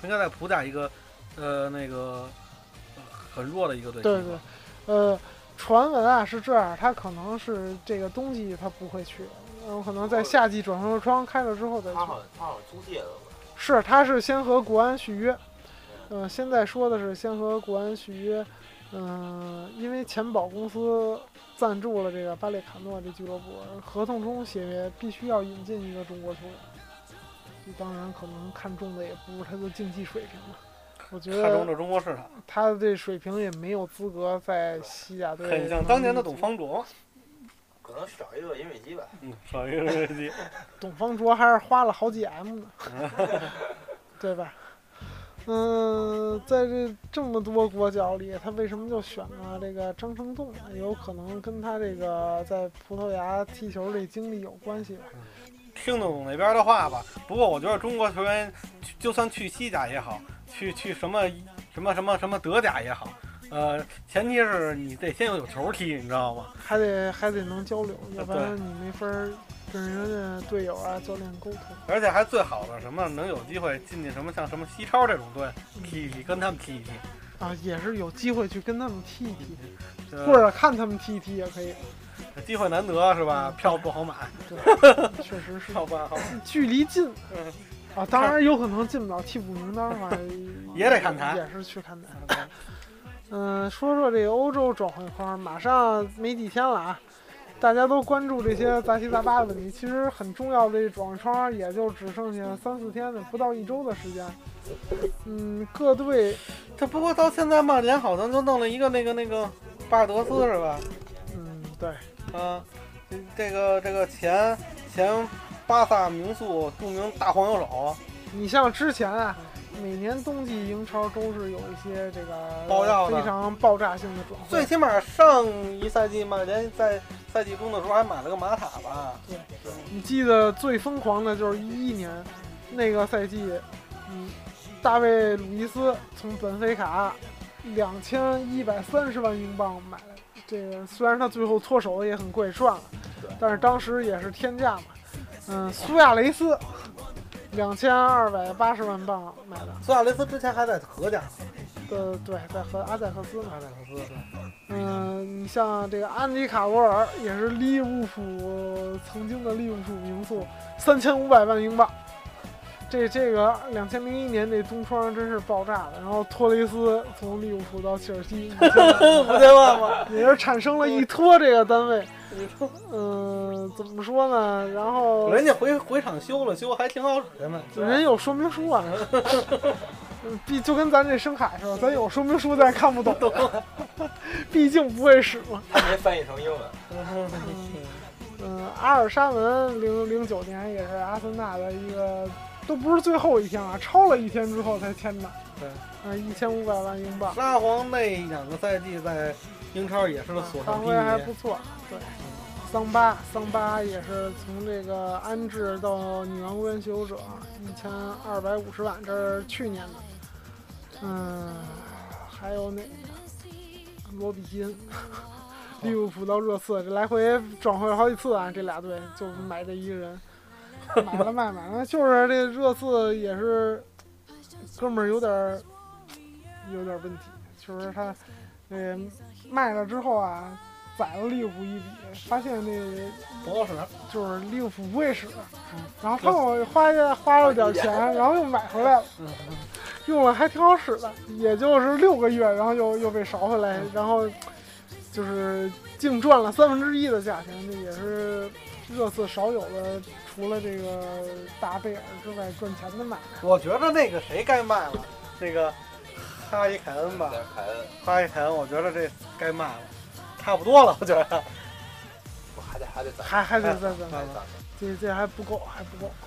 Speaker 7: 应该在葡甲一个呃那个呃很弱的一个队。
Speaker 2: 对对，呃，传闻啊是这样，他可能是这个冬季他不会去，然后可能在夏季转会窗开了之后再去
Speaker 6: 他。好像他好像租借的吧？
Speaker 2: 是，他是先和国安续约，嗯、现在说的是先和国安续约，嗯、因为钱宝公司赞助了这个巴列卡诺这俱乐部，合同中写明必须要引进一个中国球员，这当然可能看中的也不是他的竞技水平了。我觉
Speaker 7: 看中
Speaker 2: 得
Speaker 7: 了中国市场，
Speaker 2: 他的这水平也没有资格在西甲队。
Speaker 7: 很像当年的董，方卓。
Speaker 6: 可能少一个饮水机吧。
Speaker 7: 嗯，少一个热水机。
Speaker 2: 董方卓还是花了好几 M 呢，对吧？嗯，在这这么多国脚里，他为什么就选了这个张成栋呢？有可能跟他这个在葡萄牙踢球这经历有关系吧？
Speaker 7: 听懂那边的话吧。不过我觉得中国球员，去就算去西甲也好，去去什么什么什么什么德甲也好，呃，前提是你得先有球踢，你知道吗？
Speaker 2: 还得还得能交流，要不然
Speaker 7: 对
Speaker 2: 你没法儿跟人家队友啊、教练沟通。
Speaker 7: 而且还最好的什么能有机会进去什么像什么西超这种队踢一踢，跟他们踢一踢，
Speaker 2: 啊，也是有机会去跟他们踢一踢，
Speaker 7: 呃
Speaker 2: 或者看他们踢一踢也可以。
Speaker 7: 机会难得是吧？票不好买， [LAUGHS]
Speaker 2: 对，确实是
Speaker 7: 票不好买，
Speaker 2: 距离近
Speaker 7: 嗯，
Speaker 2: 啊，当然有可能进不了替补名单嘛
Speaker 7: [LAUGHS] 也得看台
Speaker 2: 也是去看台。 [LAUGHS] 嗯，说说这个欧洲转会框，马上没几天了啊，大家都关注这些杂七杂八的问题。其实很重要的这转会窗，也就只剩下三四天的，不到一周的时间。嗯，各队
Speaker 7: 这不过到现在曼联好像就弄了一个那个那个巴尔德斯是吧？
Speaker 2: 嗯，对，
Speaker 7: 啊，这这个这个前前巴萨名宿著名大黄油手
Speaker 2: 你像之前啊，每年冬季英超都是有一些这
Speaker 7: 爆
Speaker 2: 个
Speaker 7: 料的
Speaker 2: 非常爆炸性的转会，
Speaker 7: 最起码上一赛季曼联在赛季中的时候还买了个马塔吧？
Speaker 2: 你记得最疯狂的就是一一年那个赛季，嗯，大卫·鲁伊斯从本菲卡两千一百三十万英镑买来，这个虽然他最后脱手也很贵，赚了，但是当时也是天价嘛。嗯，苏亚雷斯两千二百八十万镑买的，
Speaker 7: 苏亚雷斯之前还在荷甲呢，
Speaker 2: 呃，对，在和阿塞克斯嘛。
Speaker 8: 阿塞克斯，对
Speaker 2: 嗯，你像这个安迪卡罗尔也是利物浦曾经的利物浦名宿，三千五百万英镑。这这个两千零一年这冬窗真是爆炸了，然后托雷斯从利物浦到切尔 [LAUGHS] 西，五千万
Speaker 7: 五千万吗？
Speaker 2: 也是产生了一托这个单位。嗯，怎么说呢？然后
Speaker 7: [LAUGHS] 人家回回厂修了修，还挺好使的呢。
Speaker 2: 人有说明书啊，嗯毕就跟咱这声卡似的，咱有说明书，但是看不懂， [LAUGHS] 毕竟不会使嘛。
Speaker 6: 他直接翻译成英文。
Speaker 2: 嗯，阿尔沙文零零九年也是阿森纳的一个，都不是最后一天啊，超了一天之后才签的。
Speaker 7: 对，
Speaker 2: 嗯，一千五百万英镑，
Speaker 7: 沙皇那两个赛季在英超也是所
Speaker 2: 发
Speaker 7: 向披
Speaker 2: 挥还不
Speaker 7: 靡。
Speaker 2: 错。对，桑巴，桑巴也是从这个安置到女王无缘求者，一千二百五十万，这是去年的。嗯，还有哪个？罗比金，利物浦到热刺，这来回转会好几次啊，这俩队就买这一个人，买了卖买了，就是这热刺也是，哥们儿有点儿有点儿问题，就是他，呃，卖了之后啊，宰了利物浦一笔，发现这
Speaker 7: 不好使，
Speaker 2: 就是利物浦不会使，然后他又花下花了点钱，然后又买回来了，用了还挺好使的，也就是六个月，然后又又被勺回来，然后就是净赚了三分之一的价钱，这也是热刺少有的除了这个大贝尔之外赚钱的买卖。
Speaker 7: 我觉得那个谁该卖了，那个哈伊凯恩吧，
Speaker 6: 在凯恩，
Speaker 7: 哈伊凯恩，我觉得这该卖了，差不多了，我觉得。
Speaker 6: 我还得还得再
Speaker 2: 还还得再再
Speaker 6: 还
Speaker 2: 买
Speaker 6: 得，攒
Speaker 2: 哎这这还不够，还不够。
Speaker 7: [LAUGHS]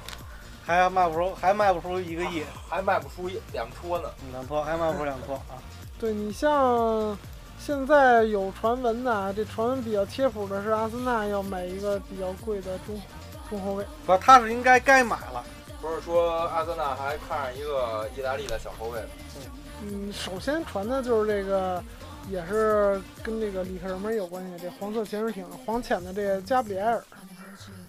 Speaker 7: 还卖不出，还卖不出一个亿，
Speaker 6: 还卖不出一两戳呢。
Speaker 7: 两托还卖不出两托啊！
Speaker 2: 对你像现在有传闻呐，这传闻比较贴谱的是阿森纳要买一个比较贵的中中后卫，
Speaker 7: 不是，他是应该该买了，
Speaker 6: 不是说阿森纳还看上一个意大利的小后卫吗？
Speaker 2: 嗯，首先传的就是这个，也是跟这个里克什么有关系，这黄色潜水艇黄潜的这个加比埃尔，
Speaker 7: 嗨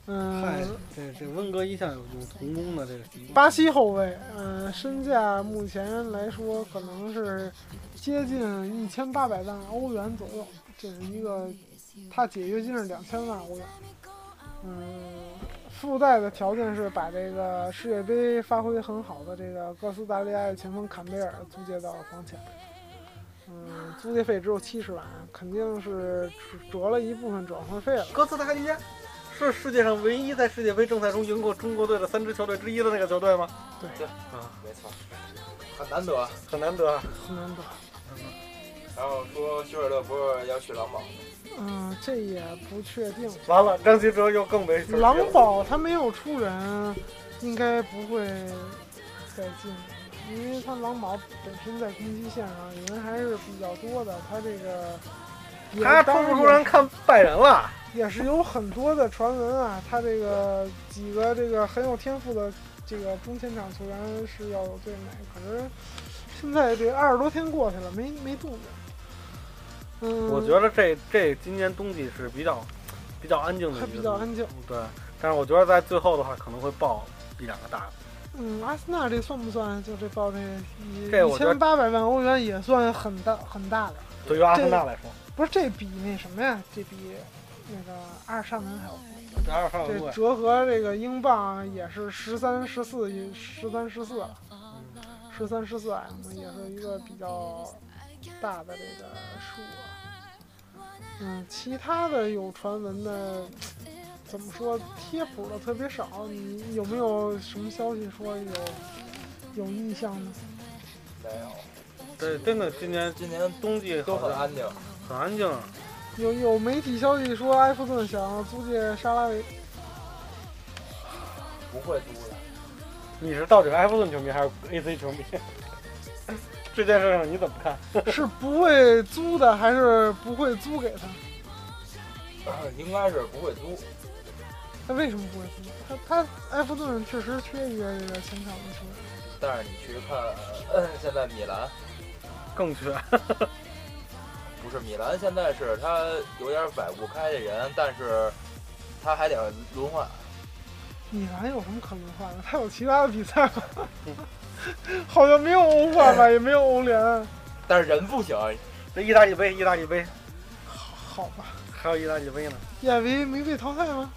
Speaker 2: 嗯，，
Speaker 7: 哎这这温格一向有有童工的这个习惯。
Speaker 2: 巴西后卫，嗯，身价目前来说可能是接近一千八百万欧元左右，这是一个，他解约金是两千万欧元，嗯，附带的条件是把这个世界杯发挥很好的这个哥斯达黎加的前锋坎贝尔租借到黄潜，嗯，租借费只有七十万，肯定是折折了一部分转会费了。
Speaker 7: 哥斯达黎加是世界上唯一在世界杯正赛中赢过中国队的三支球队之一的那个球队吗？
Speaker 6: 没错，很难得。
Speaker 7: 很难得啊。
Speaker 2: 很难得。
Speaker 6: 然后说希尔勒不是要去狼堡吗？
Speaker 2: 嗯，这也不确定。
Speaker 7: 完了，张稀哲又更没球
Speaker 2: 狼堡他没有出人，应该不会再进，因为他狼堡本身在攻击线上人还是比较多的，他这个也
Speaker 7: 他出
Speaker 2: 当
Speaker 7: 不
Speaker 2: 然
Speaker 7: 出人看拜仁了。
Speaker 2: 也是有很多的传闻啊，他这个几个这个很有天赋的这个中前场球员是要有对买，可是现在这二十多天过去了，没没动静。嗯，
Speaker 7: 我觉得这这今年冬季是比较比较安静的，
Speaker 2: 还比较安静。
Speaker 7: 对，但是我觉得在最后的话可能会爆一两个大的。
Speaker 2: 嗯，阿森纳这算不算就这报这一
Speaker 7: 这
Speaker 2: 一
Speaker 7: 我觉得
Speaker 2: 千八百万欧元也算很大很大的？
Speaker 7: 对于阿森纳来说，
Speaker 2: 不是这比那什么呀？这比那个阿尔上门还要贵。
Speaker 7: 这二号
Speaker 2: 这折合这个英镑也是十三十四十三十四了，十三十四 M 也是一个比较大的这个数额。嗯，其他的有传闻的，怎么说贴谱的特别少。你有没有什么消息说有有意向呢？
Speaker 6: 没有，
Speaker 7: 对，真的今年
Speaker 6: 今年
Speaker 7: 冬季
Speaker 6: 都
Speaker 7: 好
Speaker 6: 很
Speaker 7: 像
Speaker 6: 安静。
Speaker 7: 很安静。
Speaker 2: 有有媒体消息说埃弗顿想租借沙拉维，
Speaker 6: 不会租的。
Speaker 7: 你是到底是埃弗顿球迷还是 AC 球迷？ [LAUGHS] 这件事上你怎么看？
Speaker 2: 是不会租的还是不会租给他？
Speaker 6: 啊应该是不会租，
Speaker 2: 他为什么不会踢？他他埃弗顿确实缺一个这个前场的球员，
Speaker 6: 但是你去看，呃现在米兰
Speaker 7: 更缺
Speaker 6: 不是米兰，现在是他有点摆不开这人，但是他还得轮换。
Speaker 2: 米兰有什么可轮换的？他有其他的比赛吗？好像没有欧冠吧，也没有欧联。
Speaker 6: 但是人不行，
Speaker 7: 那意大利杯，意大利杯，
Speaker 2: 好吧，
Speaker 7: 还有意大利杯呢。
Speaker 2: 意大利没被淘汰吗？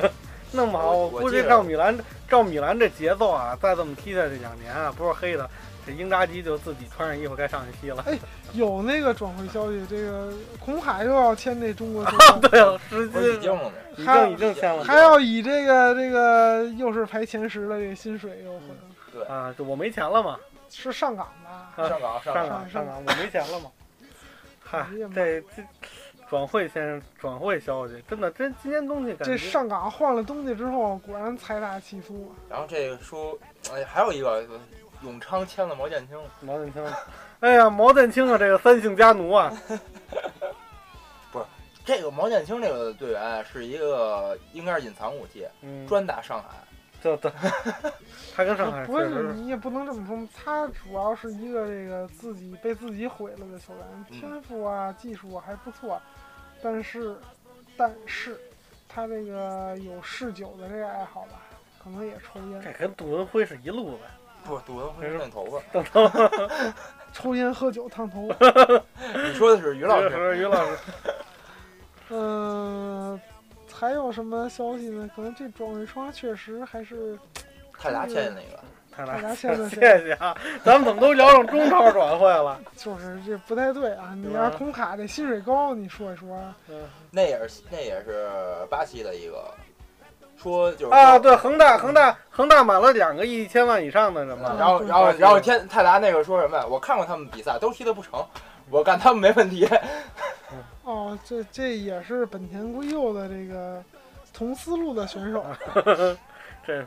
Speaker 7: 嗯， [LAUGHS] 弄不好
Speaker 6: 我
Speaker 7: 我
Speaker 6: 我
Speaker 7: 估
Speaker 6: 记
Speaker 7: 计
Speaker 6: 着
Speaker 7: 照米兰照米兰这节奏啊，再这么踢下去两年啊，不是黑的，这英扎吉就自己穿上衣服该上去踢了。 [LAUGHS]
Speaker 2: 有那个转会消息，这个红海又要签那中国球员
Speaker 7: 对啊，实
Speaker 6: 不是已
Speaker 7: 际
Speaker 6: 经了吗？
Speaker 7: 已
Speaker 2: 还有
Speaker 7: 经已经签了
Speaker 2: 还要以这个这个又是排前十的这个薪水又回来了，
Speaker 7: 啊，就我没钱了嘛，
Speaker 2: 是上岗吧？
Speaker 7: 啊
Speaker 6: 上岗上
Speaker 7: 上
Speaker 6: 岗，
Speaker 7: 岗上岗，我没钱了嘛。嗨
Speaker 2: 哎呀，妈
Speaker 7: 这这转会先生转会消息，真的真今天东西感觉
Speaker 2: 这上岗换了东家之后，果然财大气粗啊！
Speaker 6: 然后这个说，哎，还有一个永昌签了毛剑卿，
Speaker 7: 毛剑卿，哎呀，毛剑卿啊，这个三姓家奴啊，
Speaker 6: 这个毛剑卿这个队员是一个应该是隐藏武器，
Speaker 7: 嗯，
Speaker 6: 专打上海。
Speaker 7: 这
Speaker 6: [LAUGHS]
Speaker 7: 这，他跟上海
Speaker 2: 不
Speaker 7: 确
Speaker 2: 是
Speaker 7: 实
Speaker 2: 你也不能这么说，他主要是一个这个自己被自己毁了的球
Speaker 7: 嗯
Speaker 2: 员，天赋啊、技术啊还不错，但是但是他这个有嗜酒的这个爱好吧，可能也抽
Speaker 7: 这
Speaker 2: 烟，
Speaker 7: 跟杜文辉是一路子。
Speaker 6: 不，杜文辉是剪头发。
Speaker 2: 抽烟喝酒烫头
Speaker 7: [LAUGHS]
Speaker 2: 发，
Speaker 6: 你说的是于
Speaker 7: 于
Speaker 6: 老师，
Speaker 7: 师，于老师，
Speaker 2: 嗯、还有什么消息呢？可能这转会窗确实还是
Speaker 6: 泰达签的那个，
Speaker 7: 太
Speaker 2: 大家
Speaker 7: 难，
Speaker 2: 现在
Speaker 7: 谢谢啊！咱们怎么都聊上中超转会了？
Speaker 2: 就是这不太对啊！你
Speaker 7: 对
Speaker 2: 要
Speaker 7: 吧
Speaker 2: 是孔卡这薪水高，你说一说啊，
Speaker 6: 那也是那也是巴西的一个，说就是
Speaker 7: 啊，
Speaker 6: 说
Speaker 7: 对，恒大，恒大，恒大买了两个亿一千万以上的什
Speaker 2: 嗯
Speaker 7: 么？
Speaker 6: 然后，然后，然后天泰达那个说什么呀？我看过他们比赛，都踢得不成，我干他们没问题。
Speaker 2: 哦，这这也是本田圭佑的这个同思路的选
Speaker 7: [LAUGHS]
Speaker 2: 手，
Speaker 7: 这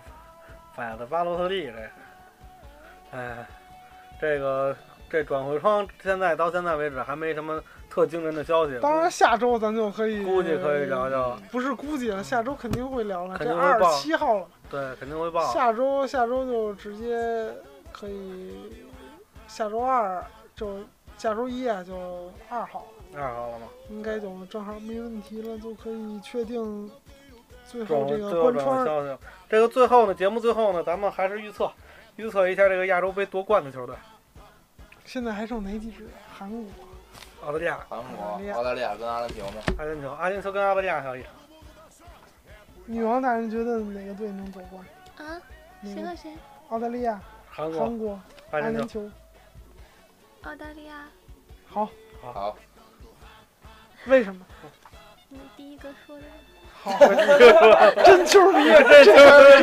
Speaker 7: 摆的巴洛特利这，哎，这个这转会窗现在到现在为止还没什么特惊人的消息。
Speaker 2: 当然，嗯下周咱就可以
Speaker 7: 估计可以聊，聊，
Speaker 2: 不是估计了，下周肯定会聊了。
Speaker 7: 肯
Speaker 2: 这
Speaker 7: 定会
Speaker 2: 二
Speaker 7: 报
Speaker 2: 十七号了，
Speaker 7: 对，肯定会报。
Speaker 2: 下周下周就直接可以，下周二就下周一啊，就二号
Speaker 7: 二号了吗？
Speaker 2: 应该就正好没问题了，就可以确定最
Speaker 7: 转
Speaker 2: 后
Speaker 7: 会
Speaker 2: 这个
Speaker 7: 最后
Speaker 2: 关
Speaker 7: 转
Speaker 2: 窗
Speaker 7: 会消息，这个最后呢，节目最后呢，咱们还是预测，预测一下这个亚洲杯夺冠的球队，
Speaker 2: 现在还剩哪几支？韩国、
Speaker 7: 澳大利亚、
Speaker 6: 韩
Speaker 2: 澳大利
Speaker 6: 国、
Speaker 2: 亚
Speaker 6: 澳大利亚跟阿根廷嘛，
Speaker 7: 阿根廷。阿根廷跟澳大利亚相比，
Speaker 2: 女王大人觉得哪个队能夺冠？
Speaker 5: 啊，
Speaker 2: 嗯
Speaker 5: 谁和谁？
Speaker 2: 澳大利亚、
Speaker 7: 韩国、
Speaker 2: 韩国、
Speaker 7: 阿
Speaker 2: 阿
Speaker 7: 根
Speaker 2: 联
Speaker 7: 廷。
Speaker 2: 酋。
Speaker 5: 澳大利亚，
Speaker 2: 好，
Speaker 6: 好，
Speaker 2: 为什么？
Speaker 5: 你第一个说的。
Speaker 2: 好， [LAUGHS] [LAUGHS] 真球
Speaker 7: [LAUGHS]
Speaker 2: 迷，真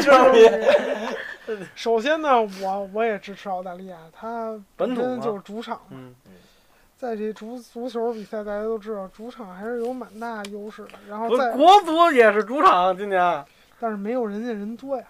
Speaker 2: 球迷，真球迷。首先呢，我我也支持澳大利亚，它
Speaker 7: 本土
Speaker 2: 身
Speaker 7: 吗
Speaker 2: 就是主场，
Speaker 7: 嗯，
Speaker 2: 在这足足球比赛大家都知道，主场还是有蛮大优势的。然后
Speaker 7: 不是
Speaker 2: 再，
Speaker 7: 国足也是主场，今年
Speaker 2: 但是没有人家人啊多呀。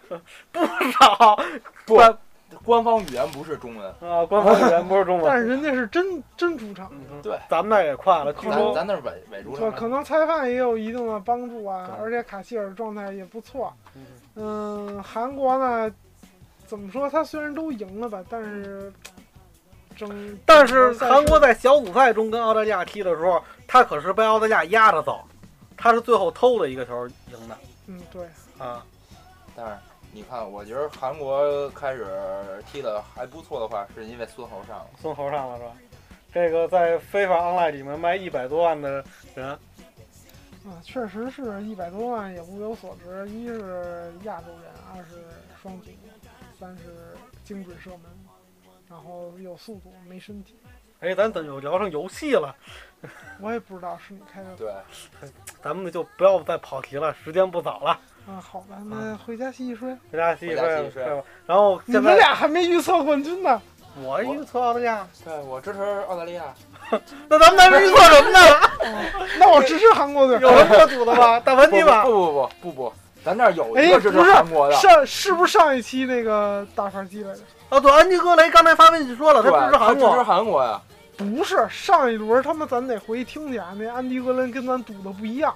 Speaker 7: 不少
Speaker 6: 不
Speaker 7: 官，
Speaker 6: 官方语言不是中文，
Speaker 7: 啊，官方语言不是中
Speaker 2: 但
Speaker 7: 文。
Speaker 2: 是人家是真真主场，
Speaker 7: 嗯
Speaker 6: 对
Speaker 7: 咱们那儿也快了，据
Speaker 6: 咱
Speaker 7: 说
Speaker 6: 咱那是伪伪主
Speaker 2: 对，可
Speaker 6: 场。
Speaker 2: 能裁判也有一定的帮助啊。
Speaker 7: 对
Speaker 2: 而且卡希尔状态也不错
Speaker 7: 嗯。
Speaker 2: 嗯，韩国呢，怎么说？他虽然都赢了吧，但是整，
Speaker 7: 但是
Speaker 2: 整个赛
Speaker 7: 韩国
Speaker 2: 事
Speaker 7: 在小组赛中跟澳大利亚踢的时候，他可是被澳大利亚压着走，他是最后偷了一个球赢的
Speaker 2: 嗯，对。
Speaker 7: 啊。
Speaker 6: 但是你看，我觉得韩国开始踢的还不错的话，是因为孙猴上了。
Speaker 7: 孙猴上了是吧？这个在非法 online 里面卖一百多万的人，
Speaker 2: 啊，确实是一百多万也物有所值。一是亚洲人，二是双足，三是精准射门，然后有速度没身体。
Speaker 7: 哎，咱怎么又聊上游戏了？
Speaker 2: 我也不知道是你开的
Speaker 6: 对，
Speaker 7: 咱们就不要再跑题了，时间不早了，
Speaker 2: 啊。好吧，
Speaker 7: 嗯
Speaker 2: 那回家洗洗睡。
Speaker 7: 回家洗洗
Speaker 6: 回家洗
Speaker 7: 睡
Speaker 6: 洗睡
Speaker 7: 吧。然后
Speaker 2: 你
Speaker 7: 现
Speaker 2: 们
Speaker 7: 在
Speaker 2: 俩还没预测冠军呢，
Speaker 7: 我预测澳大利亚，
Speaker 6: 对我支持澳大利亚。
Speaker 7: 那咱们还预测什么
Speaker 6: [LAUGHS]
Speaker 7: 呢？
Speaker 2: 那我支持韩国队。
Speaker 7: 有什么可赌的吗？大文
Speaker 6: 不
Speaker 7: 你吧，
Speaker 6: 不不不不不，咱那儿有一
Speaker 2: 哎
Speaker 6: 个支持
Speaker 2: 不是
Speaker 6: 韩国的，
Speaker 2: 上是不是上一期那个大牌机来着？
Speaker 7: 啊，对，安吉格雷刚才发微信说了，
Speaker 6: 对，
Speaker 7: 他支持韩
Speaker 6: 他支持
Speaker 7: 国，
Speaker 6: 韩国呀。
Speaker 2: 不是上一轮他妈咱得回去听去啊，那安迪格伦跟咱赌的不一样，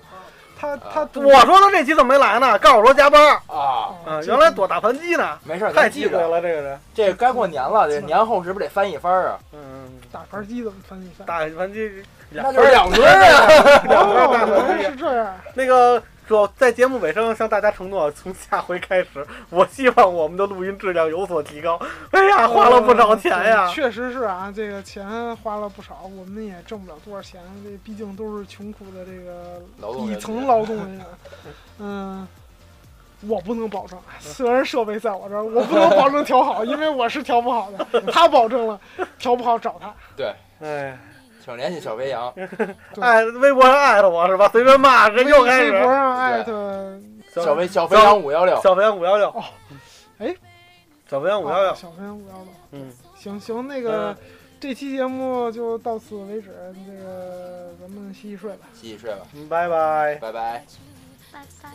Speaker 2: 他他赌
Speaker 7: 啊我说他这期怎么没来呢？告诉我说加班儿，
Speaker 6: 啊，
Speaker 7: 啊，原来躲打盘机呢，
Speaker 6: 没事，
Speaker 7: 太
Speaker 6: 咱
Speaker 7: 忌
Speaker 6: 记
Speaker 7: 讳
Speaker 6: 着。
Speaker 7: 了这个人。
Speaker 6: 这该过年了，这年后是不是得翻一番啊？
Speaker 7: 嗯，
Speaker 2: 打牌机怎么翻译翻？
Speaker 7: 打盘机两分
Speaker 6: 那就是
Speaker 7: 儿
Speaker 6: 两轮啊。
Speaker 7: [LAUGHS] 两分儿大
Speaker 2: 哦
Speaker 7: 盘
Speaker 2: 原来
Speaker 7: 机， [LAUGHS]
Speaker 2: 是这样。
Speaker 7: 那个。主要在节目尾声向大家承诺，从下回开始， [LAUGHS] 我希望我们的录音质量有所提高。哎呀，花了不少钱呀、
Speaker 2: 呃对确实是啊，这个钱花了不少，我们也挣不了多少钱，这毕竟都是穷苦的这个
Speaker 6: 劳动人
Speaker 2: 底
Speaker 6: 民
Speaker 2: 层劳动人员。嗯，我不能保证，啊虽然设备在我这儿，我不能保证调好，因为我是调不好的。他保证了，调不好找他。
Speaker 6: 嗯
Speaker 7: 哎，
Speaker 6: 请联系小肥羊。嗯
Speaker 7: 哎，微博上艾特我是吧？随便骂，人又开
Speaker 2: 微博
Speaker 7: 始。
Speaker 2: 上艾特，
Speaker 6: 小肥小肥羊五幺六，
Speaker 7: 小肥羊五幺幺
Speaker 2: 哦，哎，
Speaker 7: 小肥羊五幺
Speaker 2: 啊
Speaker 7: 幺，
Speaker 2: 小朋友五幺六。
Speaker 7: 嗯，
Speaker 2: 行行，那个这期节目就到此为止，这个咱们洗洗睡吧。
Speaker 6: 洗洗睡吧，
Speaker 7: 拜拜。
Speaker 6: 拜拜。
Speaker 5: 拜拜。